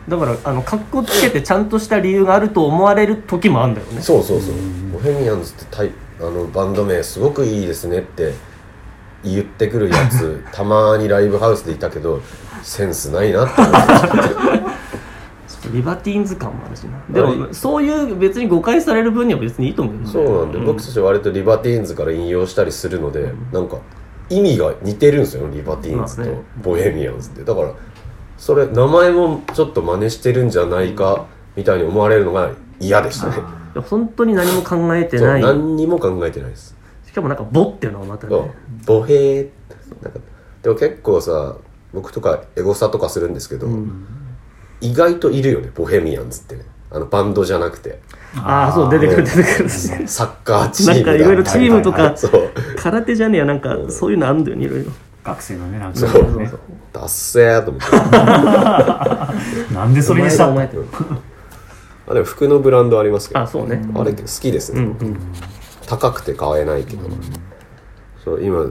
Speaker 3: だから、あの、格好つけてちゃんとした理由があると思われる時もあるんだよね。
Speaker 1: そうそうそう、ボヘミアンズってタイあのバンド名すごくいいですねって言ってくるやつ
Speaker 3: (laughs)
Speaker 1: たまにライブハウスでいたけどセンスないな
Speaker 3: (laughs)
Speaker 1: って思って
Speaker 3: ちょっとリバティーンズ感もあるしな。
Speaker 1: い
Speaker 3: でも、そういう別に誤解される分には別にいいと思うよ、
Speaker 1: そうなんで、僕たちは割とリバティーンズから引用したりするので、なんか意味が似てるんですよリバティーンズ
Speaker 3: まあ
Speaker 1: と
Speaker 3: ね
Speaker 1: ボヘミアンズってだからそれ名前もちょっと真似してるんじゃないかみたいに思われるのが嫌でしたね
Speaker 3: いや本当に何も考えて
Speaker 1: そう
Speaker 3: ない。
Speaker 1: 何にも考えてないです、
Speaker 3: しかもなんか、ボっていうのがまた
Speaker 1: そう
Speaker 3: ね。
Speaker 1: ボヘーなんかでも結構さ僕とかエゴサとかするんですけど、意外といるよねボヘミアンズってねあのバンドじゃなくて
Speaker 3: ああ、そう、出てくる、出てくる。
Speaker 1: サッカーチー
Speaker 3: なん
Speaker 1: ムだ
Speaker 3: かいろいろチームとか
Speaker 1: そう
Speaker 3: 空手じゃねえやなんかそういうのあるんだよねいろいろ
Speaker 2: 学生のねなんか
Speaker 1: そう
Speaker 2: そうね
Speaker 1: ダッセーと思って
Speaker 3: (laughs)
Speaker 2: なんでそれにした
Speaker 3: お前
Speaker 2: の
Speaker 3: だお前だ
Speaker 1: あでも服のブランドありますけど
Speaker 3: あそうね
Speaker 1: あれ好きです
Speaker 3: う
Speaker 1: ね、
Speaker 3: んうん
Speaker 1: 高くて買えないけど、そう今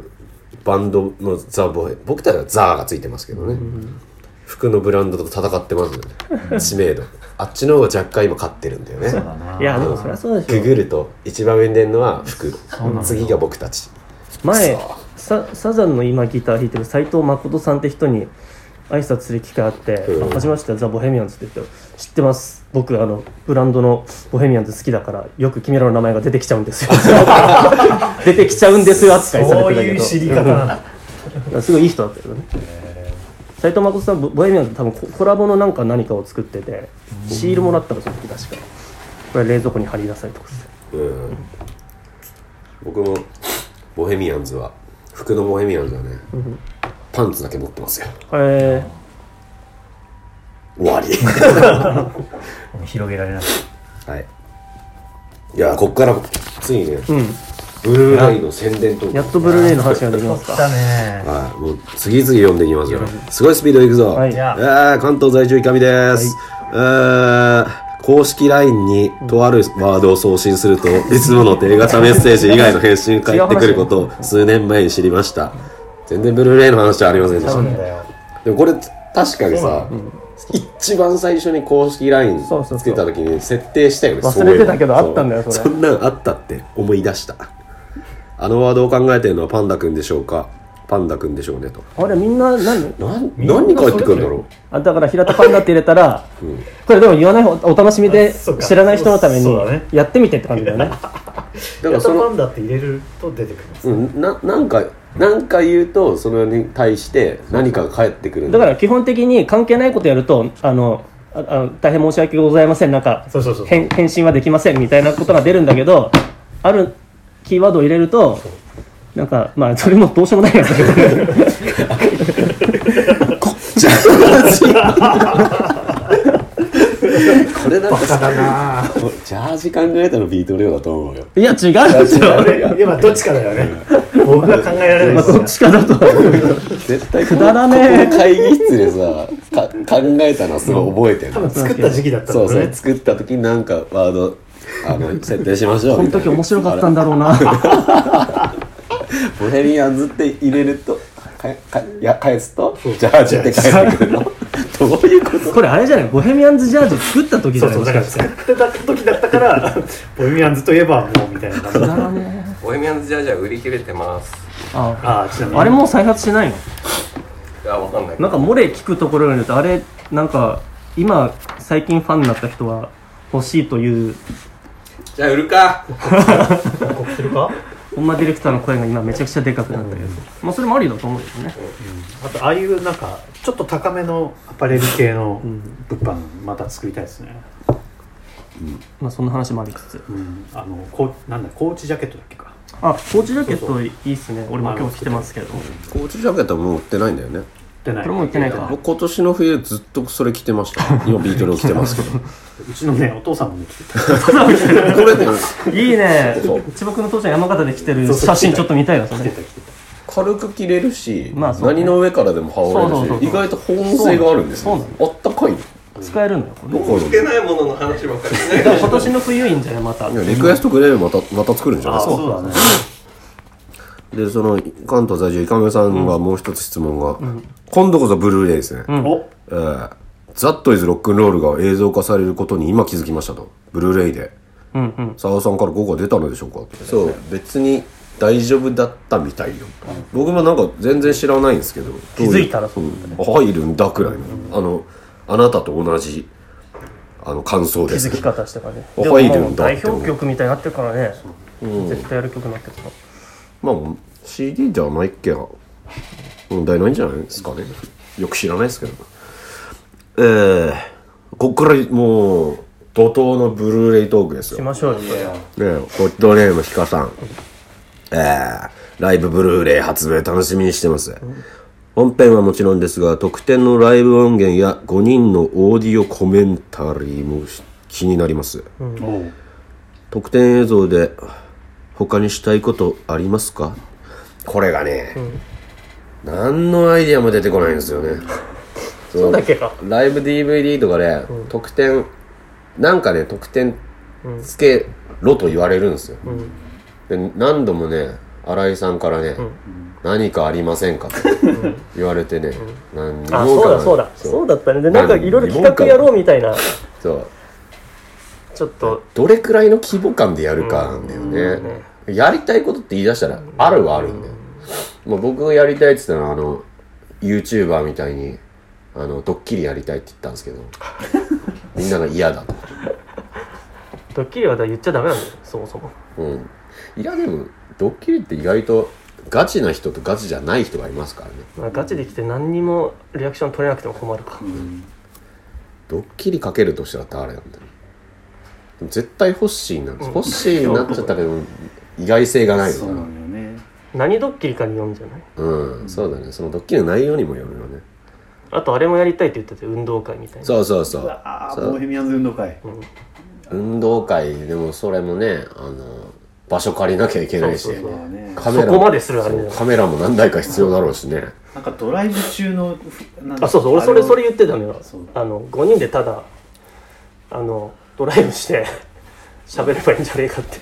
Speaker 1: バンドのザ・ボヘ僕たちはザーがついてますけどね、服のブランドと戦ってますよね知名度あっちの方が若干今勝ってるんだよね
Speaker 2: そうだない
Speaker 3: やでもそりゃそうで
Speaker 1: グ
Speaker 3: しょ
Speaker 1: グると一番上に出るのは服
Speaker 2: なんだ
Speaker 1: 次が僕たち
Speaker 3: 前ササザンの今ギター弾いてる斎藤誠さんって人に挨拶する機会あって
Speaker 1: うん
Speaker 3: 「初めましてザ・ボヘミアンズ」って言って「知ってます僕あのブランドのボヘミアンズ好きだからよく君らの名前が出てきちゃうんですよ」出てきちゃうんですよ扱いされて
Speaker 4: そう
Speaker 3: たけど
Speaker 4: いう知り方なんだ
Speaker 3: いやすごいいい人だったけどね斎藤誠さんボボヘミアンズ多分ココラボのなんか何かを作っててシールもらったらその時確かこれ冷蔵庫に貼り出されとかして
Speaker 1: うん僕もボヘミアンズは服のボヘミアンズはね、パンツだけ持ってますよ
Speaker 3: え
Speaker 1: 終わり
Speaker 2: 広げられない
Speaker 1: はいいやこっからついね
Speaker 3: ー、うん
Speaker 1: ブルーライの宣伝と
Speaker 3: やっとブルーレイの話ができますか。
Speaker 4: だね
Speaker 1: はい、もう次々読んでいきますよ。すごいスピードでいくぞ。
Speaker 3: はい
Speaker 1: えー関東在住いかみです。えー公式 LINE にとあるワードを送信すると、いつもの手形メッセージ以外の返信が返ってくることを数年前に知りました。全然ブルーレイの話はありませんでし
Speaker 4: な
Speaker 1: た
Speaker 4: ん。だよ
Speaker 1: でもこれ確かにさ、一番最初に公式 LINE
Speaker 3: そうそうそう
Speaker 1: つけた時に設定したよね。
Speaker 3: 忘れてたけど
Speaker 1: そういえば
Speaker 3: あったんだよ
Speaker 1: そ
Speaker 3: そうれ
Speaker 1: そんなんあったって思い出した。あのワードを考えてるのはパンダくんでしょうかパンダくんでしょうねと。
Speaker 3: あれみんな何
Speaker 1: なん
Speaker 4: みんな
Speaker 1: 何に返ってくるんだろ
Speaker 3: あだから平田パンダって入れたら、
Speaker 1: ん
Speaker 3: これでも言わない方お楽しみ
Speaker 4: あ
Speaker 3: で
Speaker 4: そうか
Speaker 3: 知らない人のために
Speaker 4: そうそうだね
Speaker 3: やってみてって感じだよね。
Speaker 1: うだか
Speaker 4: ヤ
Speaker 1: らそ
Speaker 4: タパ
Speaker 1: の、
Speaker 4: ンダって入れると出てくるんです
Speaker 1: うん、ななんかなんか言うとそれに対して何かが返ってくるん
Speaker 3: だから基本的に関係ないことやるとあのああの大変申し訳ございませんなんか
Speaker 4: そうそうそう
Speaker 3: 返返信はできませんみたいなことが出るんだけどあるキーワードを入れるとなんかまあそれもどうしようもないやつだけどね
Speaker 1: じゃこれなんかさジャージ考えたのビートレオだと思うよ
Speaker 3: (laughs) いや違うでしょ。
Speaker 4: 俺今どっちかだよね僕が考えられ
Speaker 3: ま
Speaker 4: な
Speaker 3: あど
Speaker 4: いですね
Speaker 3: っちかだ (laughs) とは思うけど
Speaker 1: 絶対
Speaker 3: くだらねえ
Speaker 1: ここの会議室でさか考えたのはすごい覚えてる
Speaker 4: 多分作った時期だったんだ
Speaker 1: そう
Speaker 4: ろう
Speaker 1: そう
Speaker 4: ね
Speaker 1: 作った時になんかワードあの設定しましょう
Speaker 3: この
Speaker 1: みたい
Speaker 3: 時
Speaker 1: な
Speaker 3: 面白かったんだろうな。
Speaker 1: ボヘミアンズって入れるとかかいや返すとジャージって返ってくるのどういうこと
Speaker 3: (laughs) これあれじゃないボヘミアンズジャージ作った時じ
Speaker 4: そ
Speaker 3: ゃ
Speaker 4: う
Speaker 3: ない
Speaker 4: そう
Speaker 3: で
Speaker 4: だ
Speaker 3: す
Speaker 4: か
Speaker 3: から
Speaker 4: 作ってた時だったからボヘミアンズといえばもうみたいな感じだ
Speaker 5: ボヘミアンズジャージは売り切れてます
Speaker 3: あ
Speaker 4: ああちなみに
Speaker 3: あれもう再発しないの
Speaker 5: いやわかんない
Speaker 3: なんか漏れ聞くところによるとあれなんか今最近ファンになった人は欲しいという
Speaker 5: じゃあ売るか
Speaker 4: 告知するか
Speaker 3: 女ディレクターの声が今めちゃくちゃでかくなったけど、まあそれもありだと思うよね、
Speaker 4: あとああいうなんかちょっと高めのアパレル系の物販また作りたいですね、
Speaker 3: まあそんな話もありつつ
Speaker 4: うん、あのこうなんだコーチジャケットだっけか
Speaker 3: あポーチジャケットいいっすね俺も今日着てますけど
Speaker 1: コーチジャケットはもう売ってないんだよね
Speaker 4: でない
Speaker 3: これも売ってないか
Speaker 1: 僕今年の冬ずっとそれ着てま (laughs) した今ビートルを着てますけ (laughs) どこ
Speaker 4: うちのねお父さんもね着てた
Speaker 1: れね
Speaker 3: いいね千葉君の父ちゃん山形で着てる写真ちょっと見たいなそ
Speaker 4: 着て
Speaker 3: れ
Speaker 4: た着てた
Speaker 1: 軽く着れるし、
Speaker 3: まあそうね
Speaker 1: 何の上からでも羽織れるし
Speaker 3: そうそうそうそう
Speaker 1: 意外と保温性があるんです
Speaker 3: そう
Speaker 1: よ
Speaker 3: なの
Speaker 1: あったかいの
Speaker 3: 使えるのよこれ
Speaker 1: どこ
Speaker 5: つけないものの話ばっかりしない
Speaker 3: だから今年の冬いいんじゃないまた
Speaker 1: いやリクエストくれればまたまた作るんじゃない
Speaker 4: あ
Speaker 1: ですか
Speaker 4: そうだね
Speaker 1: でその関東在住いかめさんがもう一つ質問が、今度こそブルーレイですね、
Speaker 4: お
Speaker 1: えーザットイズロックンロールが映像化されることに今気づきましたとブルーレイで
Speaker 3: うんうん
Speaker 1: 澤さんから5が出たのでしょうかそう別に大丈夫だったみたいよ、僕もなんか全然知らないんですけど
Speaker 3: 気づいたらそう
Speaker 1: どう
Speaker 3: だ
Speaker 1: いううん入るんだくらいの、あのあなたと同じあの感想
Speaker 3: 気
Speaker 1: です
Speaker 3: づき方してからね
Speaker 1: あ
Speaker 3: でも
Speaker 1: 入るんだ
Speaker 3: 代表曲みたいになってるからね絶対やる曲になってるか
Speaker 1: まあ CD じゃないっけや問題ないんじゃないですかねよく知らないですけどえー、こっからもう怒涛のブルーレイトークですよ
Speaker 3: しましょうよそれは
Speaker 1: ねえ、ホットネームヒカさん。えー、ライブブルーレイ発売楽しみにしてます。本編はもちろんですが、特典のライブ音源や5人のオーディオコメンタリーも気になります。
Speaker 4: おう
Speaker 1: 特典映像で他にしたいことありますかこれがね、何のアイディアも出てこないんですよねその
Speaker 3: (laughs) そうだっけか
Speaker 1: ライブ DVD とかで、特典なんかね特典
Speaker 3: うん
Speaker 1: つけろと言われるんですよ
Speaker 3: うん
Speaker 1: で何度もね新井さんからね、
Speaker 3: ん
Speaker 1: 何かありませんかと言われてね、何に
Speaker 3: あ
Speaker 1: も
Speaker 3: そう
Speaker 1: か
Speaker 3: だそうだそうだったねで
Speaker 1: な
Speaker 3: なんんかいろいろ企画やろうみたいな
Speaker 1: そう
Speaker 3: ちょっと
Speaker 1: どれくらいの規模感でやるかなんだよね、やりたいことって言い出したらあるはあるんだよ、もう僕がやりたいって言ったのはあの YouTuber みたいにあのドッキリやりたいって言ったんですけ (laughs) どみんなが嫌だと
Speaker 3: ドッキリはだから言っちゃダメなんだよそもそも
Speaker 1: うんいやでもドッキリって意外とガチな人とガチじゃない人がいますからね
Speaker 3: まあガチできて何にもリアクション取れなくても困るか
Speaker 1: ドッキリかけるとしたら誰なんだろうでも絶対ホッシーになるんですホッシーになっちゃった (laughs) らでも意外性がないの
Speaker 2: そ
Speaker 1: か
Speaker 2: う
Speaker 1: な
Speaker 2: なのよね
Speaker 3: 何ドッキリかによるんじゃない
Speaker 1: うん、そうだねそのドッキリの内容にもよるよね
Speaker 3: あとあれもやりたいって言ってて運動会みたいな
Speaker 1: そうそうそう
Speaker 2: ああ
Speaker 1: そう
Speaker 2: ボヘミアンズ運動会
Speaker 1: 運動会でもそれもねあの場所借りなきゃいけないし
Speaker 3: そうそう
Speaker 2: そうだね
Speaker 1: カメラ
Speaker 3: そこまでするあれ
Speaker 1: そうカメラも何台か必要だろうしね
Speaker 2: なんかドライブ中のふなんか
Speaker 3: あそうそう俺それ
Speaker 2: あを
Speaker 3: それ言ってたのよ
Speaker 2: そう
Speaker 3: あの5人でただあのドライブして (laughs) 喋ればいいんじゃねえかって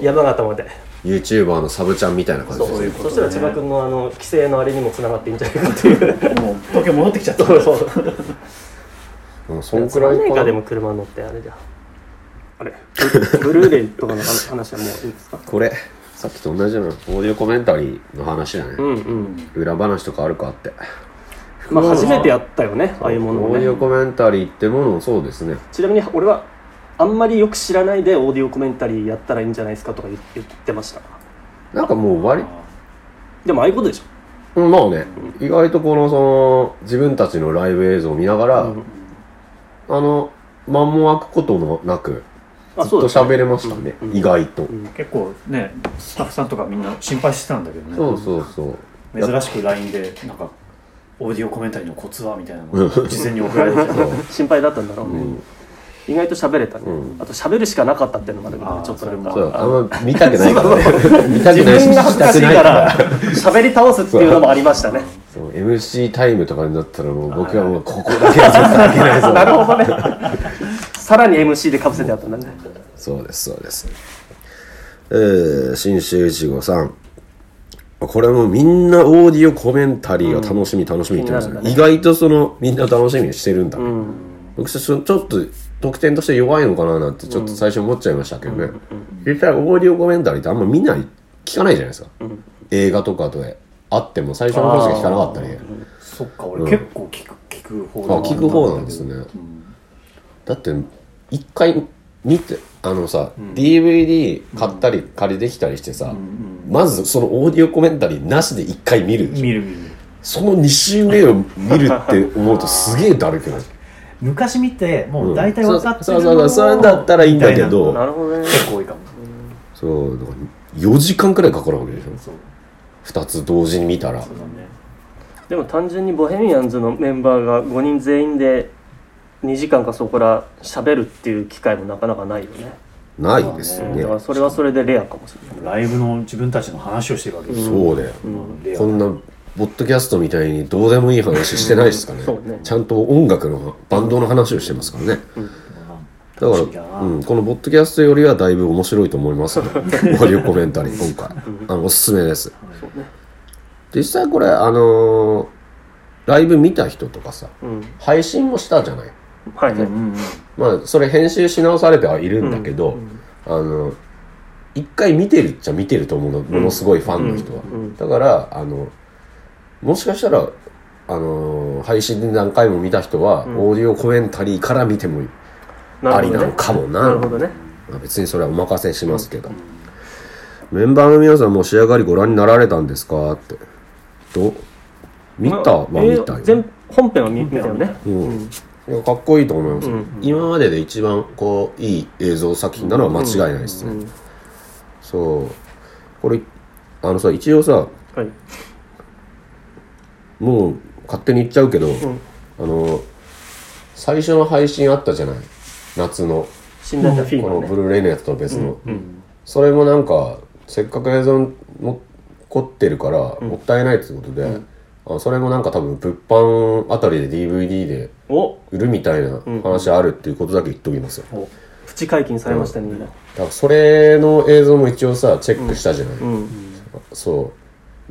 Speaker 3: 山形まで
Speaker 1: YouTuber のサブちゃんみたいな感じ
Speaker 3: そう
Speaker 1: ですね
Speaker 3: そ
Speaker 2: ことね
Speaker 3: したら千葉君のあの帰省のあれにもつながっていいんじゃないかっていう
Speaker 2: もう東京戻ってきちゃった
Speaker 3: そうそう
Speaker 1: うんそんくらい
Speaker 3: 何
Speaker 1: か
Speaker 3: か
Speaker 1: な
Speaker 3: でも車乗ってあれじゃんあれブルーレイとかの話はもういいですか
Speaker 1: これさっきと同じようなオーディオコメンタリーの話だね、
Speaker 3: うんうん
Speaker 1: 裏話とかあるかって
Speaker 3: まあ初めてやったよねああいうものを
Speaker 1: オー
Speaker 3: ね
Speaker 1: ディオコメンタリーってものもそうですね
Speaker 3: ちなみに俺はあんまりよく知らないでオーディオコメンタリーやったらいいんじゃないですかとか言言ってました
Speaker 1: なんかもう割り
Speaker 3: でもああいうことでしょ
Speaker 1: うんまあね、意外とこのその自分たちのライブ映像を見ながら、
Speaker 3: うん
Speaker 1: あの間も空くこともなく
Speaker 3: あ
Speaker 1: ずっ
Speaker 3: そう
Speaker 1: と
Speaker 3: ですね
Speaker 1: 喋れましたね、
Speaker 3: うん
Speaker 1: 意外と、
Speaker 2: 結構ねスタッフさんとかみんな心配してたんだけどね
Speaker 1: そうそうそう
Speaker 2: 珍しく LINE でなんかオーディオコメンタリーのコツはみたいなのを事前に送られて
Speaker 1: (laughs)
Speaker 2: た
Speaker 3: 心配だったんだろうね、
Speaker 1: ん
Speaker 3: 意外と喋れたね、
Speaker 1: うん
Speaker 3: あと喋るしかなかったっていうのもあるけど
Speaker 2: あ
Speaker 3: ね
Speaker 2: ー
Speaker 3: ちょっとなん
Speaker 2: そ
Speaker 1: そう
Speaker 3: か
Speaker 1: あんま見たくないから、ね、見たく
Speaker 3: 自
Speaker 1: ないし
Speaker 3: 分が恥ずかしい
Speaker 1: したくな
Speaker 3: から喋り倒すっていうのもありましたね
Speaker 1: そう MC タイムとかになったらもう僕はもうここだけは絶対いけないぞ
Speaker 3: なるほどねさらに MC でかぶせてあったんだね
Speaker 1: そうですそうですえー、新州いちごさんこれもみんなオーディオコメンタリーが楽しみ、楽しみって言ってますね
Speaker 3: 気になるんだね
Speaker 1: 意外とそのみんな楽しみにしてるんだね、
Speaker 3: うん
Speaker 1: 僕ちょちょっと得点として弱いのかななんてちょっと最初思っちゃいましたけどね、実際オーディオコメンタリーってあんま見ない聞かないじゃないですか、映画とかとあっても最初の方しか聞かなかったり、
Speaker 2: そっか俺結構聞く聞く方
Speaker 1: あ聞く方なんですね、だって一回見てあのさ、DVD 買ったり借りできたりしてさ、まずそのオーディオコメンタリーなしで一回見るでしょ
Speaker 2: 見る見る
Speaker 1: その2週目を見るって思うとすげえだるく
Speaker 3: (laughs)
Speaker 1: ない
Speaker 2: 昔見てもう大体
Speaker 1: そう
Speaker 2: 分
Speaker 1: そ
Speaker 2: か
Speaker 1: う
Speaker 2: って
Speaker 1: そう
Speaker 2: る
Speaker 1: そうそれだったらいいんだけど
Speaker 3: なるほどね
Speaker 2: 結構多いかも
Speaker 1: そうだから4時間くらいかかるわけでしょ
Speaker 2: そう
Speaker 1: 2つ同時に見たら
Speaker 2: そうだね
Speaker 3: でも単純にボヘミアンズのメンバーが5人全員で2時間かそこら喋るっていう機会もなかなかないよね
Speaker 1: ないですよ
Speaker 3: うん
Speaker 1: ね
Speaker 3: だからそれはそれでレアかもしれない
Speaker 2: ライブの自分たちの話をしてるわけです
Speaker 1: そうだよ
Speaker 2: レア
Speaker 1: こんなポッドキャストみたいにどうでもいい話してないですから
Speaker 3: うんそ
Speaker 1: ね
Speaker 3: うね
Speaker 1: ちゃんと音楽のバンドの話をしてますからねだ
Speaker 2: 楽しみ
Speaker 1: か
Speaker 2: だ
Speaker 1: ら、
Speaker 2: な
Speaker 1: うん、このポッドキャストよりはだいぶ面白いと思います
Speaker 3: (laughs)
Speaker 1: ねオーディオコメンタリー今回あのおすすめです実際これあのーライブ見た人とかさ
Speaker 3: うん
Speaker 1: 配信もしたじゃない
Speaker 3: はいね、
Speaker 2: うんうん
Speaker 1: まあそれ編集し直されてはいるんだけど、あの一回見てるっちゃ見てると思うのものすごいファンの人は、だからあのもしかしたらあの配信で何回も見た人は、オーディオコメンタリーから見てもあ
Speaker 3: な
Speaker 1: り
Speaker 3: るほ
Speaker 1: な
Speaker 3: ど
Speaker 1: の
Speaker 3: ね
Speaker 1: かもな
Speaker 3: なるほどね
Speaker 1: まあ別にそれはお任せしますけど、メンバーの皆さんも仕上がりご覧になられたんですかってどう見たは
Speaker 3: まあえ
Speaker 1: 見
Speaker 3: ー
Speaker 1: たよ、
Speaker 3: 全本編は見見たよね
Speaker 1: うんいやかっこいいと思います、今までで一番こういい映像作品なのは間違いないですね、そうこれあのさ一応さ
Speaker 3: はい
Speaker 1: もう勝手に言っちゃうけど、
Speaker 3: ん
Speaker 1: あの最初の配信あったじゃない夏の
Speaker 3: 死んだフィー
Speaker 1: この
Speaker 3: バー
Speaker 1: ブ
Speaker 3: ね
Speaker 1: ルーレイのやつと別の、それもなんかせっかく映像も残ってるからもったいないってことで、あそれもなんか多分物販あたりで DVD で
Speaker 3: お
Speaker 1: 売るみたいな話あるっていうことだけ言っときますよ、だ
Speaker 3: おプチ解禁されましたね、みんな。
Speaker 1: からそれの映像も一応さチェックしたじゃない、
Speaker 3: うん。
Speaker 1: そ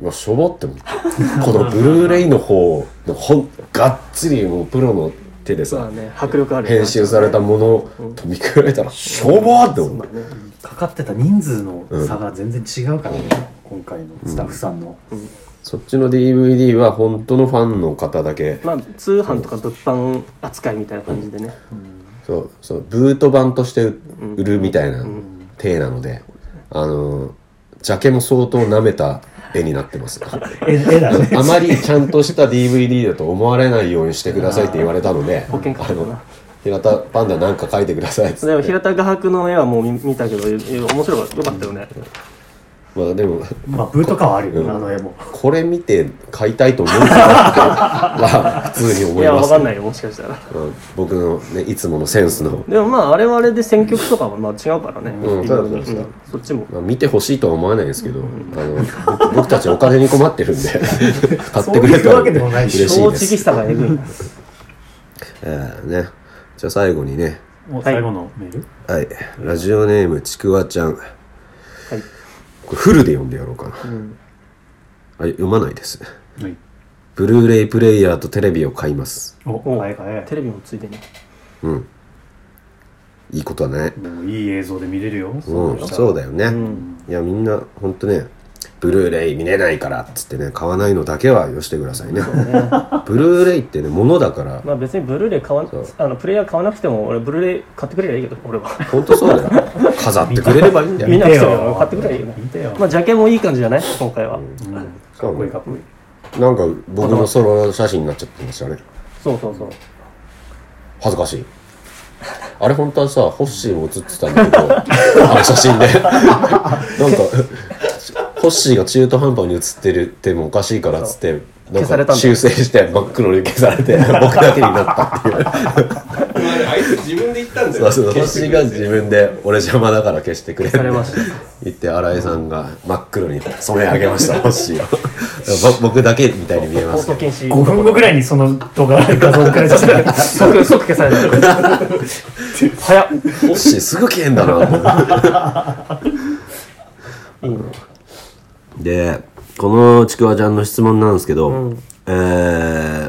Speaker 1: う (laughs) まあしょぼって思ったこのブルーレイの方のほんがっつりもうプロの手で
Speaker 3: そうだ
Speaker 1: さ
Speaker 3: ね、迫力あるよね。
Speaker 1: 編集されたものを飛び比べたらしょぼーって思った
Speaker 2: かかってた人数の差が全然違うからね、今回のスタッフさんの、
Speaker 1: そっちの DVD は本当のファンの方だけ
Speaker 3: まあ、通販とか物販扱いみたいな感じでね。
Speaker 1: そうそうブート版として売るみたいな体なので、あのジャケも相当舐めた絵になって
Speaker 3: (laughs)
Speaker 1: ますあ
Speaker 2: ええだね
Speaker 1: まりちゃんとした DVD だと思われないようにしてくださいって言われたので
Speaker 3: 保険かか
Speaker 1: あ
Speaker 3: る
Speaker 1: の
Speaker 3: な。
Speaker 1: 平田パンダなんか描いてくださいっつ
Speaker 3: でも
Speaker 1: って
Speaker 3: 平田画伯の絵はもう見見たけど、え面白かったよかったよね。
Speaker 1: まあでも
Speaker 2: まあブート感はあるよ、
Speaker 1: うん
Speaker 2: あの絵も
Speaker 1: これ見て買いたいと思うかなって普通に
Speaker 3: い
Speaker 1: 思い
Speaker 3: や、
Speaker 1: ま
Speaker 3: わ
Speaker 1: す
Speaker 3: かんないよ、もしかしたら。
Speaker 1: うん僕の、ね、いつものセンスの、
Speaker 3: でもまあ、あれはあれで選曲とかはまあ違うからね。
Speaker 1: うん
Speaker 3: いろいろ
Speaker 1: そうそうそう
Speaker 3: うんそっちも。
Speaker 1: まあ、見てほしいとは思わないですけど、あの僕僕たちお金に困ってる
Speaker 2: (laughs)
Speaker 1: んで買ってくれた
Speaker 2: そういう
Speaker 1: ら
Speaker 2: わけでもないし
Speaker 1: 嬉しいで
Speaker 3: 正直
Speaker 1: す
Speaker 3: さがえぐいな。
Speaker 1: えーね、じゃあ最後にね、
Speaker 2: もう最後のメール、
Speaker 1: はい、ラジオネームちくわちゃん。はい
Speaker 3: い。
Speaker 1: これフルで読んでやろうかな。はい、読まないです。
Speaker 2: はい、
Speaker 1: ブルーレイプレイヤーとテレビを買います。
Speaker 2: お早い早い
Speaker 3: テレビもついでに。
Speaker 1: うん。いいことはね。
Speaker 2: でもいい映像で見れるよ、
Speaker 1: うん、
Speaker 2: した
Speaker 1: そうだよね。
Speaker 3: ん
Speaker 1: いや、みんな、ほんとね、ブルーレイ見れないからっつってね、買わないのだけはよしてくださ
Speaker 2: (laughs)
Speaker 1: いね。ブルーレイってね、ものだから、
Speaker 3: まあ別にブルーレイ買わ
Speaker 1: そう
Speaker 3: あのプレイヤー買わなくても俺ブルーレイ買ってくれりゃいいけど俺は
Speaker 1: ほんとそうだよ。飾ってくれればいいんだよ。
Speaker 3: 見
Speaker 2: 見
Speaker 3: なく
Speaker 2: て
Speaker 3: て
Speaker 2: よ
Speaker 3: も買ってくれりゃいいよね
Speaker 2: 見てよ、
Speaker 3: まあジャケもいい感じじゃない今回は、
Speaker 1: しか
Speaker 2: かっこ
Speaker 1: も
Speaker 2: いいかっこいい
Speaker 1: なんか僕のソロ写真になっちゃってましたね。
Speaker 3: そうそうそう
Speaker 1: 恥ずかしい。あれ本当はさ、ホッシーも写ってたんだけ (laughs) ど、あの写真で。なんか、ホッシーが中途半端に写ってるってもおかしいからっつって、な
Speaker 3: 消され
Speaker 1: ん
Speaker 3: た
Speaker 1: か
Speaker 3: んだ
Speaker 1: 修正して真っ黒に消さ (laughs) れて、僕だけになったっていう。
Speaker 5: まあねあいつ自分で言ったんだよ
Speaker 1: そうそうホッ
Speaker 5: 消し
Speaker 1: シ
Speaker 5: て
Speaker 1: ー
Speaker 5: くれ
Speaker 1: が
Speaker 5: て
Speaker 1: 自分で、俺邪魔だから消してくれって
Speaker 3: されました
Speaker 1: 言って、新井さんが真っ黒に染め上げました、ホッシーを。 (laughs) ぼ僕だけみたいに見えま
Speaker 3: 放
Speaker 1: すけ
Speaker 3: 送
Speaker 1: ど。
Speaker 2: 5
Speaker 3: 禁止
Speaker 2: 分後ぐらいにその動画画像送られちゃった
Speaker 3: 即即消されてる
Speaker 1: (laughs)
Speaker 3: 早っ
Speaker 1: ホッシーすぐ消えんだなと思って。
Speaker 3: いいね
Speaker 1: でこのちくわちゃんの質問なんですけど、え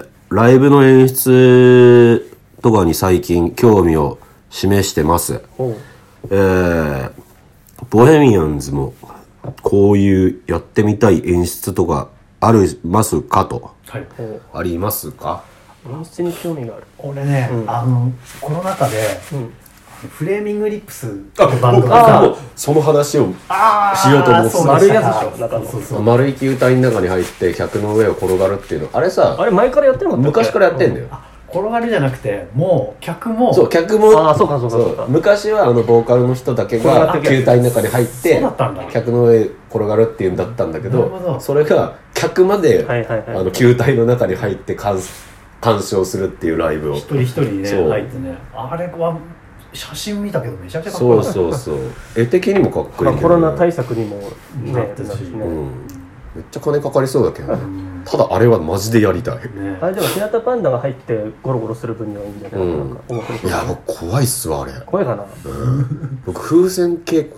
Speaker 1: ーライブの演出とかに最近興味を示してます、
Speaker 3: おう
Speaker 1: えーボヘミアンズもこういうやってみたい演出とかありますかと
Speaker 2: (laughs) はい
Speaker 1: ありますか
Speaker 3: 演出に興味がある
Speaker 2: 俺ね、あのコロナ禍で、フレーミングリップスってバンドが
Speaker 1: あ
Speaker 2: さ
Speaker 1: もその話を
Speaker 2: あー
Speaker 1: しようと思ってた
Speaker 2: そうなんだ
Speaker 3: 丸いやつでしょ中の
Speaker 2: そうそうそう
Speaker 1: 丸い球体の中に入って客の上を転がるっていうのあれ
Speaker 3: あ
Speaker 1: さ
Speaker 3: れ前からやってるの
Speaker 1: 昔からやってんだよ、
Speaker 2: 転がりじゃなくてもう客も
Speaker 1: そう客も
Speaker 3: ああそうかそうかそうか
Speaker 1: 昔はあのボーカルの人だけが球体の中に入って
Speaker 2: そうだったんだ
Speaker 1: 客の上転がるっていうんだったんだけ
Speaker 2: な
Speaker 1: ど
Speaker 2: るほど
Speaker 1: それが客まで、
Speaker 3: はいはいはい
Speaker 1: あの球体の中に入って鑑鑑賞するっていうライブを
Speaker 2: 一人一人ね
Speaker 1: そう
Speaker 2: 入ってねあれは写真見たけどめちゃくちゃかっこ
Speaker 1: そ
Speaker 2: よ
Speaker 1: う
Speaker 2: かった
Speaker 1: そうそう絵的にもかっこいい
Speaker 3: まあ
Speaker 1: んだ
Speaker 3: コ
Speaker 1: よね、
Speaker 3: ロナ対策にもね
Speaker 2: な
Speaker 3: な
Speaker 2: っ
Speaker 3: ってて
Speaker 2: る
Speaker 3: た
Speaker 2: し
Speaker 3: し
Speaker 1: う
Speaker 3: ね
Speaker 1: んめっちゃ金かかりそうだけどね、ただあれはマジでやりたい
Speaker 2: ね
Speaker 3: あれでも日向パンダが入ってゴロゴロする分にはいいんじゃない
Speaker 1: うん
Speaker 3: なんか面白
Speaker 1: い
Speaker 3: そう
Speaker 1: や僕怖いっすわあれ
Speaker 3: 声かな
Speaker 1: 僕風船系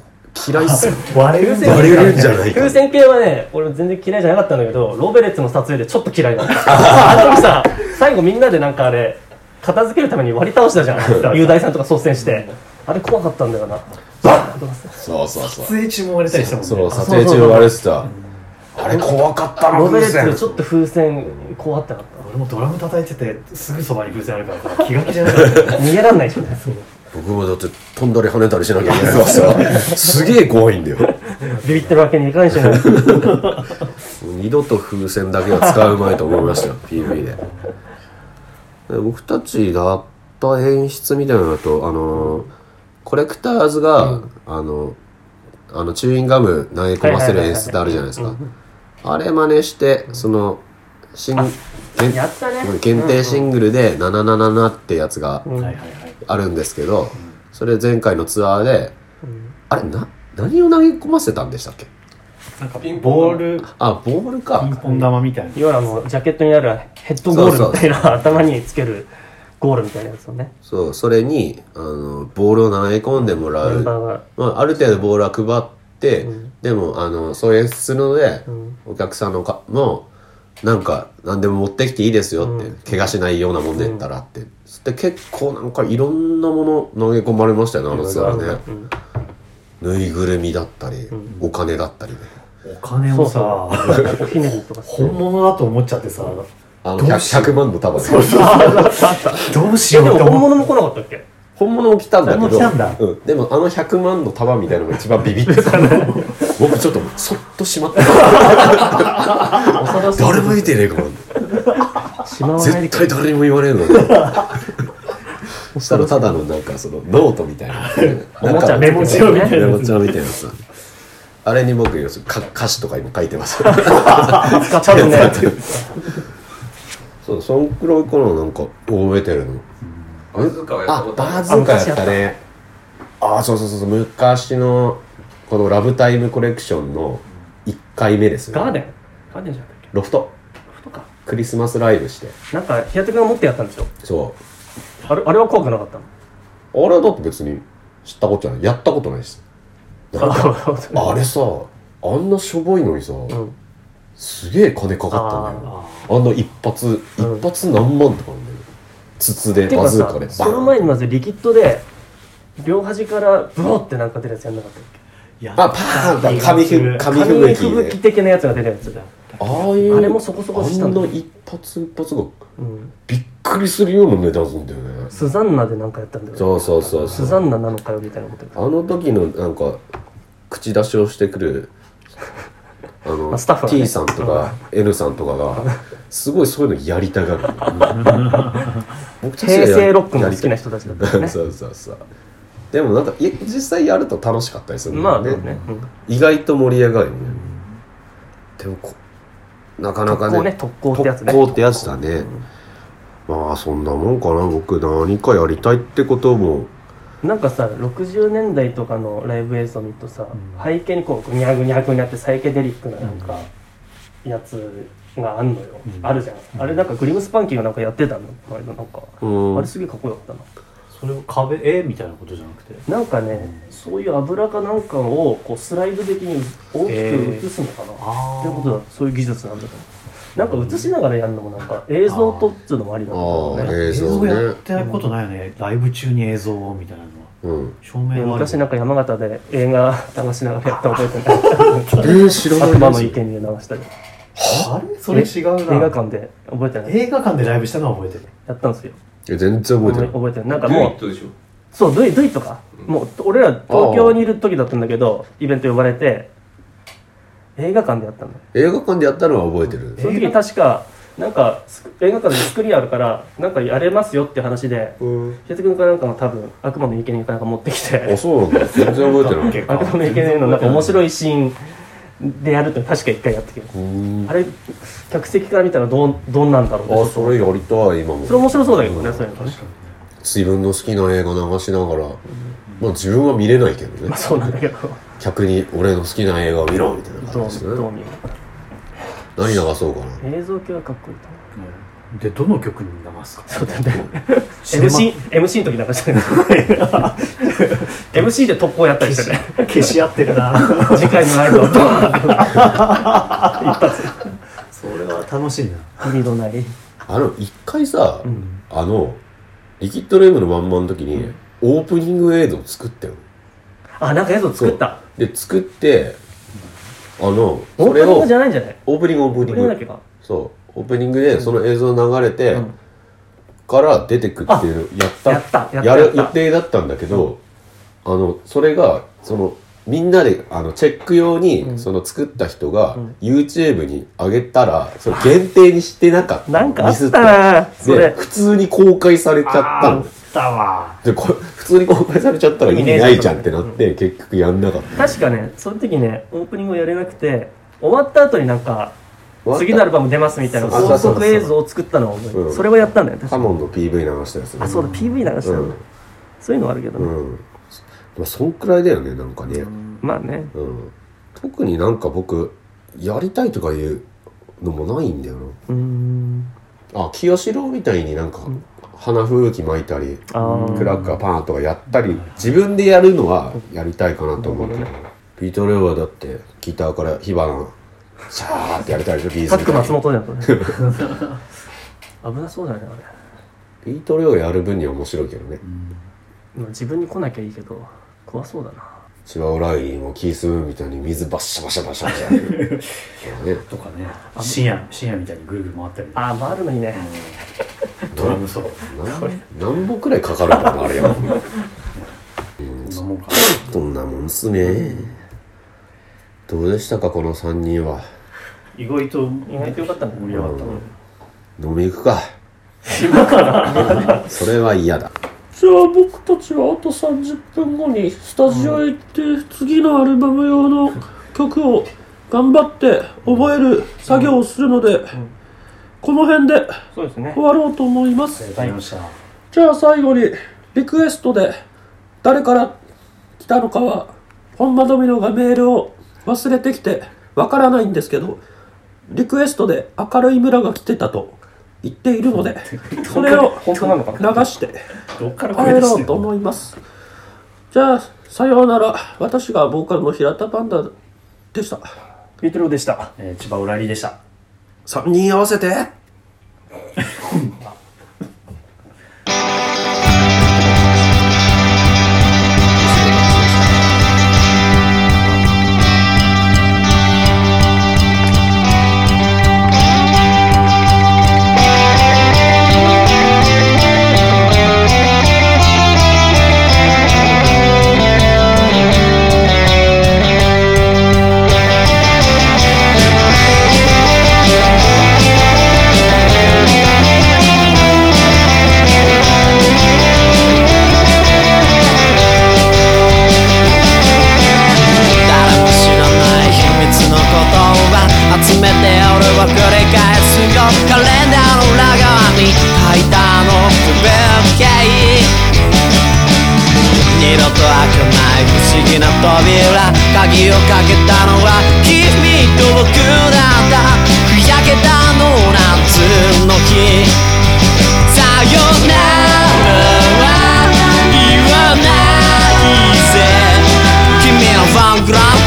Speaker 1: 嫌いっすよ
Speaker 2: 割れるんだよ
Speaker 1: 割れるんじゃないか
Speaker 3: 風船系はね、俺全然嫌いじゃなかったんだけど、ローベレッツの撮影でちょっと嫌い
Speaker 1: (laughs)
Speaker 3: だった。あの時さ、最後みんなでなんかあれ、片付けるために割り倒したじゃん。雄大さんとか率先して。あれ怖かったんだよな。バーンとかさ
Speaker 1: そうそうそう
Speaker 2: 撮影中も割れたりしたもんね
Speaker 1: そう
Speaker 2: あ
Speaker 1: 撮影中割れてたあれ怖かったな
Speaker 3: ローベレッツ
Speaker 1: 風
Speaker 3: の
Speaker 1: 船
Speaker 3: ちょっと風船、こうあったかっ
Speaker 2: 俺もドラム叩いててすぐそばに風船あるからさ気が気じ
Speaker 3: (laughs)
Speaker 2: ゃなかった
Speaker 3: た。逃げらんないしね。
Speaker 1: 僕もだって飛んだり跳ねたりしなきゃいけないからさ (laughs) すげえ怖いんだよ
Speaker 3: ビビってるわけにいかないし
Speaker 1: (laughs)
Speaker 3: ね。
Speaker 1: 二度と風船だけは使うまいと思いましたよ PV でで僕たちだった演出みたいなのだとあのコレクターズが、あのあのチューインガム投げ込ませる演出ってあるじゃないですかあれ真似してその新限
Speaker 3: やったね。
Speaker 1: 限定シングルで「777」ってやつが
Speaker 3: うん
Speaker 2: はいはいはい
Speaker 1: あるんですけど、それ前回のツアーで、あれな何を投げ込ませたんでしたっけ
Speaker 3: なんか
Speaker 5: ピンポン
Speaker 3: ボール
Speaker 1: あ、ボール
Speaker 2: ピ
Speaker 1: か
Speaker 2: ン。ポン玉みたいない
Speaker 3: わゆるあのジャケットにあるヘッドゴールみたいな頭につけるゴールみたいなやつをね
Speaker 1: そう、それに、あの、ボールを投げ込んでもら
Speaker 3: メ
Speaker 1: う。
Speaker 3: ンバーが
Speaker 1: まあ、ある程度ボールは配って、でも、あの、そう演出するので、
Speaker 3: ん
Speaker 1: お客さんのか、もう、なんか、何でも持ってきていいですよって、怪我しないようなもんでったらって。で、結構なんかいろんなもの投げ込まれましたよね、あのツアーね。
Speaker 3: うん
Speaker 1: ぬいぐるみだったり、お金だったりね。
Speaker 2: お金
Speaker 3: そ
Speaker 2: を
Speaker 3: う
Speaker 2: さ
Speaker 3: そうおひねりとか
Speaker 2: 本物だと思っちゃってさ
Speaker 1: あの、
Speaker 2: どうし
Speaker 1: 100, 万の束ね
Speaker 2: どうし
Speaker 3: え
Speaker 2: よ
Speaker 3: で
Speaker 2: う
Speaker 3: も
Speaker 2: と思
Speaker 3: 本
Speaker 2: っ
Speaker 3: 物も来なかったっけ
Speaker 1: 本物も来たんだけど
Speaker 2: 本物来たんだ
Speaker 1: うん、でもあの100万の束みたいなのが一番ビビって
Speaker 3: (laughs)
Speaker 1: た僕ちょっとそっとしまった誰も見てねえ
Speaker 3: (laughs)
Speaker 1: かも
Speaker 3: しまわない
Speaker 1: 絶
Speaker 3: でく
Speaker 1: 対誰にも言わね
Speaker 3: (laughs)
Speaker 1: えのにそしたらただのなんかそのノートみたいな
Speaker 3: おもちゃ
Speaker 1: メ
Speaker 3: メ
Speaker 1: モ
Speaker 3: モ
Speaker 1: 帳
Speaker 3: 帳
Speaker 1: み
Speaker 3: み
Speaker 1: た
Speaker 3: た
Speaker 1: い
Speaker 3: い
Speaker 1: な
Speaker 3: な
Speaker 1: メモ帳みたいなさあれに僕要するにか歌詞とか今書いてます
Speaker 3: (laughs) ださい使っちゃうね
Speaker 1: (laughs) そうそんくらいかななんか覚えてるの
Speaker 5: バズーカはやった
Speaker 1: あ
Speaker 5: ことあ
Speaker 1: バ
Speaker 5: る
Speaker 1: ズーカやったねああそうそうそうそう昔のこの「ラブタイムコレクション」の1回目です
Speaker 3: ガ
Speaker 1: ね
Speaker 3: ーデンガーデンじゃなかったっ
Speaker 1: ロフト
Speaker 3: けふとか
Speaker 1: クリスマスライブして
Speaker 3: なんか平手君が持ってやったんでしょ
Speaker 1: そ
Speaker 3: あれあれは怖くなかったの
Speaker 1: うあれはだって別に知ったことないやったことないですなんか
Speaker 3: あ
Speaker 1: あれさあんなしょぼいのにさ、
Speaker 3: ん
Speaker 1: すげえ金かかったんだよあんな一発
Speaker 3: うん
Speaker 1: 一発何万とかなんだよ筒で
Speaker 3: て
Speaker 1: バ
Speaker 3: か
Speaker 1: ズーカ
Speaker 3: さ
Speaker 1: で
Speaker 3: その前
Speaker 1: バーン
Speaker 3: にまずリキッドで両端からブロってなんか出るやつやんなかったっけ
Speaker 2: や
Speaker 1: あパーンだ紙ふ紙
Speaker 3: 紙
Speaker 1: 吹雪
Speaker 3: 吹
Speaker 1: で
Speaker 3: 雪的なやつが出るやつだ
Speaker 1: ああいう
Speaker 3: あれもそこそこした
Speaker 1: あん
Speaker 3: んだ
Speaker 1: な
Speaker 3: よ
Speaker 1: 一発一発が
Speaker 3: うん
Speaker 1: びっくりするような値段するんだよね
Speaker 3: スザンナでなんかやったんだよ
Speaker 1: そうそうそう
Speaker 3: ス
Speaker 1: そ
Speaker 3: ザ
Speaker 1: う
Speaker 3: ンナなのかよみたいなこと
Speaker 1: あの時のなんか口出しをしてくるあの
Speaker 3: まあスタッフがね
Speaker 1: T さんとか N さんとかがすごいそういうのやりたがる僕たちがや
Speaker 3: 平
Speaker 1: り
Speaker 3: 成ロックの好きな人
Speaker 1: や
Speaker 3: たちだっ
Speaker 1: り
Speaker 3: た
Speaker 1: た
Speaker 3: よ
Speaker 1: い (laughs)
Speaker 3: ね
Speaker 1: そうそうそうでもなんかいや実際やると楽しかったりするんだ
Speaker 3: まあ
Speaker 1: よ
Speaker 3: で
Speaker 1: ね,、
Speaker 3: もね、うん
Speaker 1: 意外と盛り上がるよねでもこなかなか
Speaker 3: 特攻ね特攻ってやつね
Speaker 1: 特攻ってやつだね、まあそんなもんかな僕何かやりたいってことも
Speaker 3: なんかさ60年代とかのライブ映像見るとさ、背景にこうニャグニャグになってサイケデリックななんかやつがあんのよ、あるじゃん、あれなんかグリムスパンキーがなんかやってたのあれなんか、
Speaker 1: うん
Speaker 3: あれすげえかっこよかった
Speaker 2: それを壁絵みたいなことじゃなくて
Speaker 3: ななんかね、そういう油かなんかをこうスライド的に大きく映すのかな、
Speaker 2: あ
Speaker 3: ってことだそういう技術なんだと思うなんか映しながらやるのもなんか映像とっつうのもありなんだろう
Speaker 1: あ
Speaker 3: ね
Speaker 1: ー映
Speaker 2: 映
Speaker 1: 像
Speaker 2: 像
Speaker 1: ね
Speaker 2: やってないことないよねライブ中に映像をみたいなのは
Speaker 1: うん
Speaker 2: 照明はある
Speaker 3: 昔なんか山形で映画流しながらやった覚えてない
Speaker 1: (laughs) えー、知ら
Speaker 3: 悪
Speaker 1: な
Speaker 3: 魔
Speaker 1: い
Speaker 3: の
Speaker 1: で
Speaker 3: 意
Speaker 1: す
Speaker 3: 見に流したり
Speaker 2: あれそれ違う
Speaker 3: 映
Speaker 2: な
Speaker 3: 画館で覚えてない
Speaker 2: 映画館でライブしたのは覚えてる
Speaker 3: やったんですよ
Speaker 1: え全然覚えてない
Speaker 3: 覚えてないなんか
Speaker 5: デュイ
Speaker 3: も
Speaker 5: ットでしょ
Speaker 3: うそうドゥイドゥイとかもう俺ら東京にいる時だったんだけどイベント呼ばれて映画館でやったんだよ
Speaker 1: 映画館でやったのは覚えてる
Speaker 3: その時確かなんかす映画館で作りあるからなんかやれますよって話で平手君かなんかも多分悪魔の意見にかなんか持ってき
Speaker 1: あ
Speaker 3: て
Speaker 1: そうなんだ全然覚えてない
Speaker 2: 結
Speaker 3: 悪魔の意見のなんか面白いシーンでやるって確か一回やってきた
Speaker 1: うーん
Speaker 3: あれ客席から見たらどうどんなんだろうって
Speaker 1: あそれやりたい今も
Speaker 3: それ面白そうだけどねそういうのね
Speaker 1: 自分の好きな映画流しながらまあ自分は見れないけどね
Speaker 3: まあそうなんだけ (laughs) ど
Speaker 1: 客に俺の好きな映画を見ろみたいな
Speaker 3: ど
Speaker 1: 感じです
Speaker 3: うど
Speaker 1: ね
Speaker 3: う見よ
Speaker 1: 何流そうかな
Speaker 3: う映像系はかっこいいと思う
Speaker 2: でどの曲に流すか
Speaker 3: そうだ
Speaker 2: (laughs)
Speaker 3: ね
Speaker 2: シネマ
Speaker 3: MC, MC の時流してる
Speaker 1: (laughs)
Speaker 3: MC で特攻やったりしてね
Speaker 2: 消し合ってるな
Speaker 3: (laughs) 次回のライブは
Speaker 1: (laughs)
Speaker 3: ドーン
Speaker 2: それは楽しいな
Speaker 3: 意味のない
Speaker 1: あの一回さ、あのリキッドレームのまんまの時に、オープニング映像作ったよ
Speaker 3: あなんか映像作った
Speaker 1: で作ってあの
Speaker 3: オー
Speaker 1: そ
Speaker 3: プ
Speaker 1: れ
Speaker 3: ニン
Speaker 1: を
Speaker 3: グじゃないんじゃない
Speaker 1: オープニングオープ
Speaker 3: オー
Speaker 1: ニ
Speaker 3: プ
Speaker 1: ン
Speaker 3: ニングだっ
Speaker 1: グ
Speaker 3: けか
Speaker 1: そうオープニングでその映像流れて、
Speaker 3: うん
Speaker 1: から出てくっていうのやった
Speaker 3: やったやった
Speaker 1: や
Speaker 3: や
Speaker 1: る
Speaker 3: った
Speaker 1: 予定だったんだけど、あのそれがそのみんなであのチェック用に、その作った人が、YouTube に上げたらそれ限定にしてなかった
Speaker 3: なんかあ
Speaker 1: ミス
Speaker 3: ってたなそ
Speaker 1: で
Speaker 3: れ
Speaker 1: 普通に公開されちゃったの
Speaker 2: たわ
Speaker 1: でこれ普通に公開されちゃったら意味ないじゃんってなって結局やんなかった
Speaker 3: 確かねその時ねオープニングをやれなくて終わった後になんか次のアルバム出ますみたいな
Speaker 1: そうそう
Speaker 3: 高
Speaker 1: そう
Speaker 3: 速映像を作ったのを覚えてる
Speaker 1: うん
Speaker 3: それをやったんだよ確
Speaker 1: カ
Speaker 3: か
Speaker 1: モンの PV 流したやつね
Speaker 3: あそうだ PV 流した
Speaker 1: うん
Speaker 3: のそういうのはあるけど
Speaker 1: う
Speaker 3: ね
Speaker 1: んまあそんくらいだよねなんかね
Speaker 3: まあね
Speaker 1: うん特になんか僕やりたいとかいうのもないんだよ
Speaker 4: うん
Speaker 1: なあ清志郎みたいになんか花吹雪巻いたり
Speaker 4: あー
Speaker 1: クラッカーパーンとかやったり自分でやるのはやりたいかなと思うけどビートルはだってギターから火花シャーってやりたいでしょビーズ
Speaker 4: さ
Speaker 1: み
Speaker 4: ったき
Speaker 1: いに
Speaker 4: 松本だよこ
Speaker 2: (laughs)
Speaker 4: れ危なそうだよねあれ
Speaker 1: ビートルをやる分には面白いけどね
Speaker 4: まあ自分に来なきゃいいけど怖そうだな
Speaker 1: 千葉オライリーもキースムーンみたいに水バッシャバシャバシャバシャね
Speaker 2: とかね深夜深夜みたいにぐるぐる回ったりね
Speaker 4: ああ回るのにね
Speaker 2: ドラムソロ
Speaker 1: なん何本くらいかかるんだろうなあれは
Speaker 2: そんなもんか
Speaker 1: そんなもんっすねどうでしたかこの3人は
Speaker 2: 意外と
Speaker 4: 意外とよかったね
Speaker 2: 盛り上がったね
Speaker 1: 飲み行くか今からそれは嫌だ
Speaker 4: じゃあ僕たちはあと30分後にスタジオへ行って、次のアルバム用の曲を頑張って覚える作業をするので、この辺で
Speaker 3: そうですね
Speaker 4: 終わろうと思います、
Speaker 2: ありがとうございました
Speaker 4: じゃあ最後にリクエストで誰から来たのかは本間ドミノがメールを忘れてきてわからないんですけどリクエストで明るい村が来てたと言っているのでそれを
Speaker 3: 本当なのかな
Speaker 4: 流して
Speaker 2: どっから声
Speaker 4: 帰
Speaker 2: 出し
Speaker 4: ろ
Speaker 2: て
Speaker 4: うんと
Speaker 2: の
Speaker 4: 思いますじゃあさようなら私がボーカルの平田パンダでした
Speaker 3: ビートルでした
Speaker 2: えー千葉うらりでした
Speaker 4: 3人合わせて
Speaker 6: 誰も知らない秘密のことは集めて俺は繰り返すよカレンダーの裏側に書いたあの不便形二度と開かない不思議な扉鍵をかけたのは君と僕だったふやけたの夏の日さよならは言わないぜ君のファンクラブ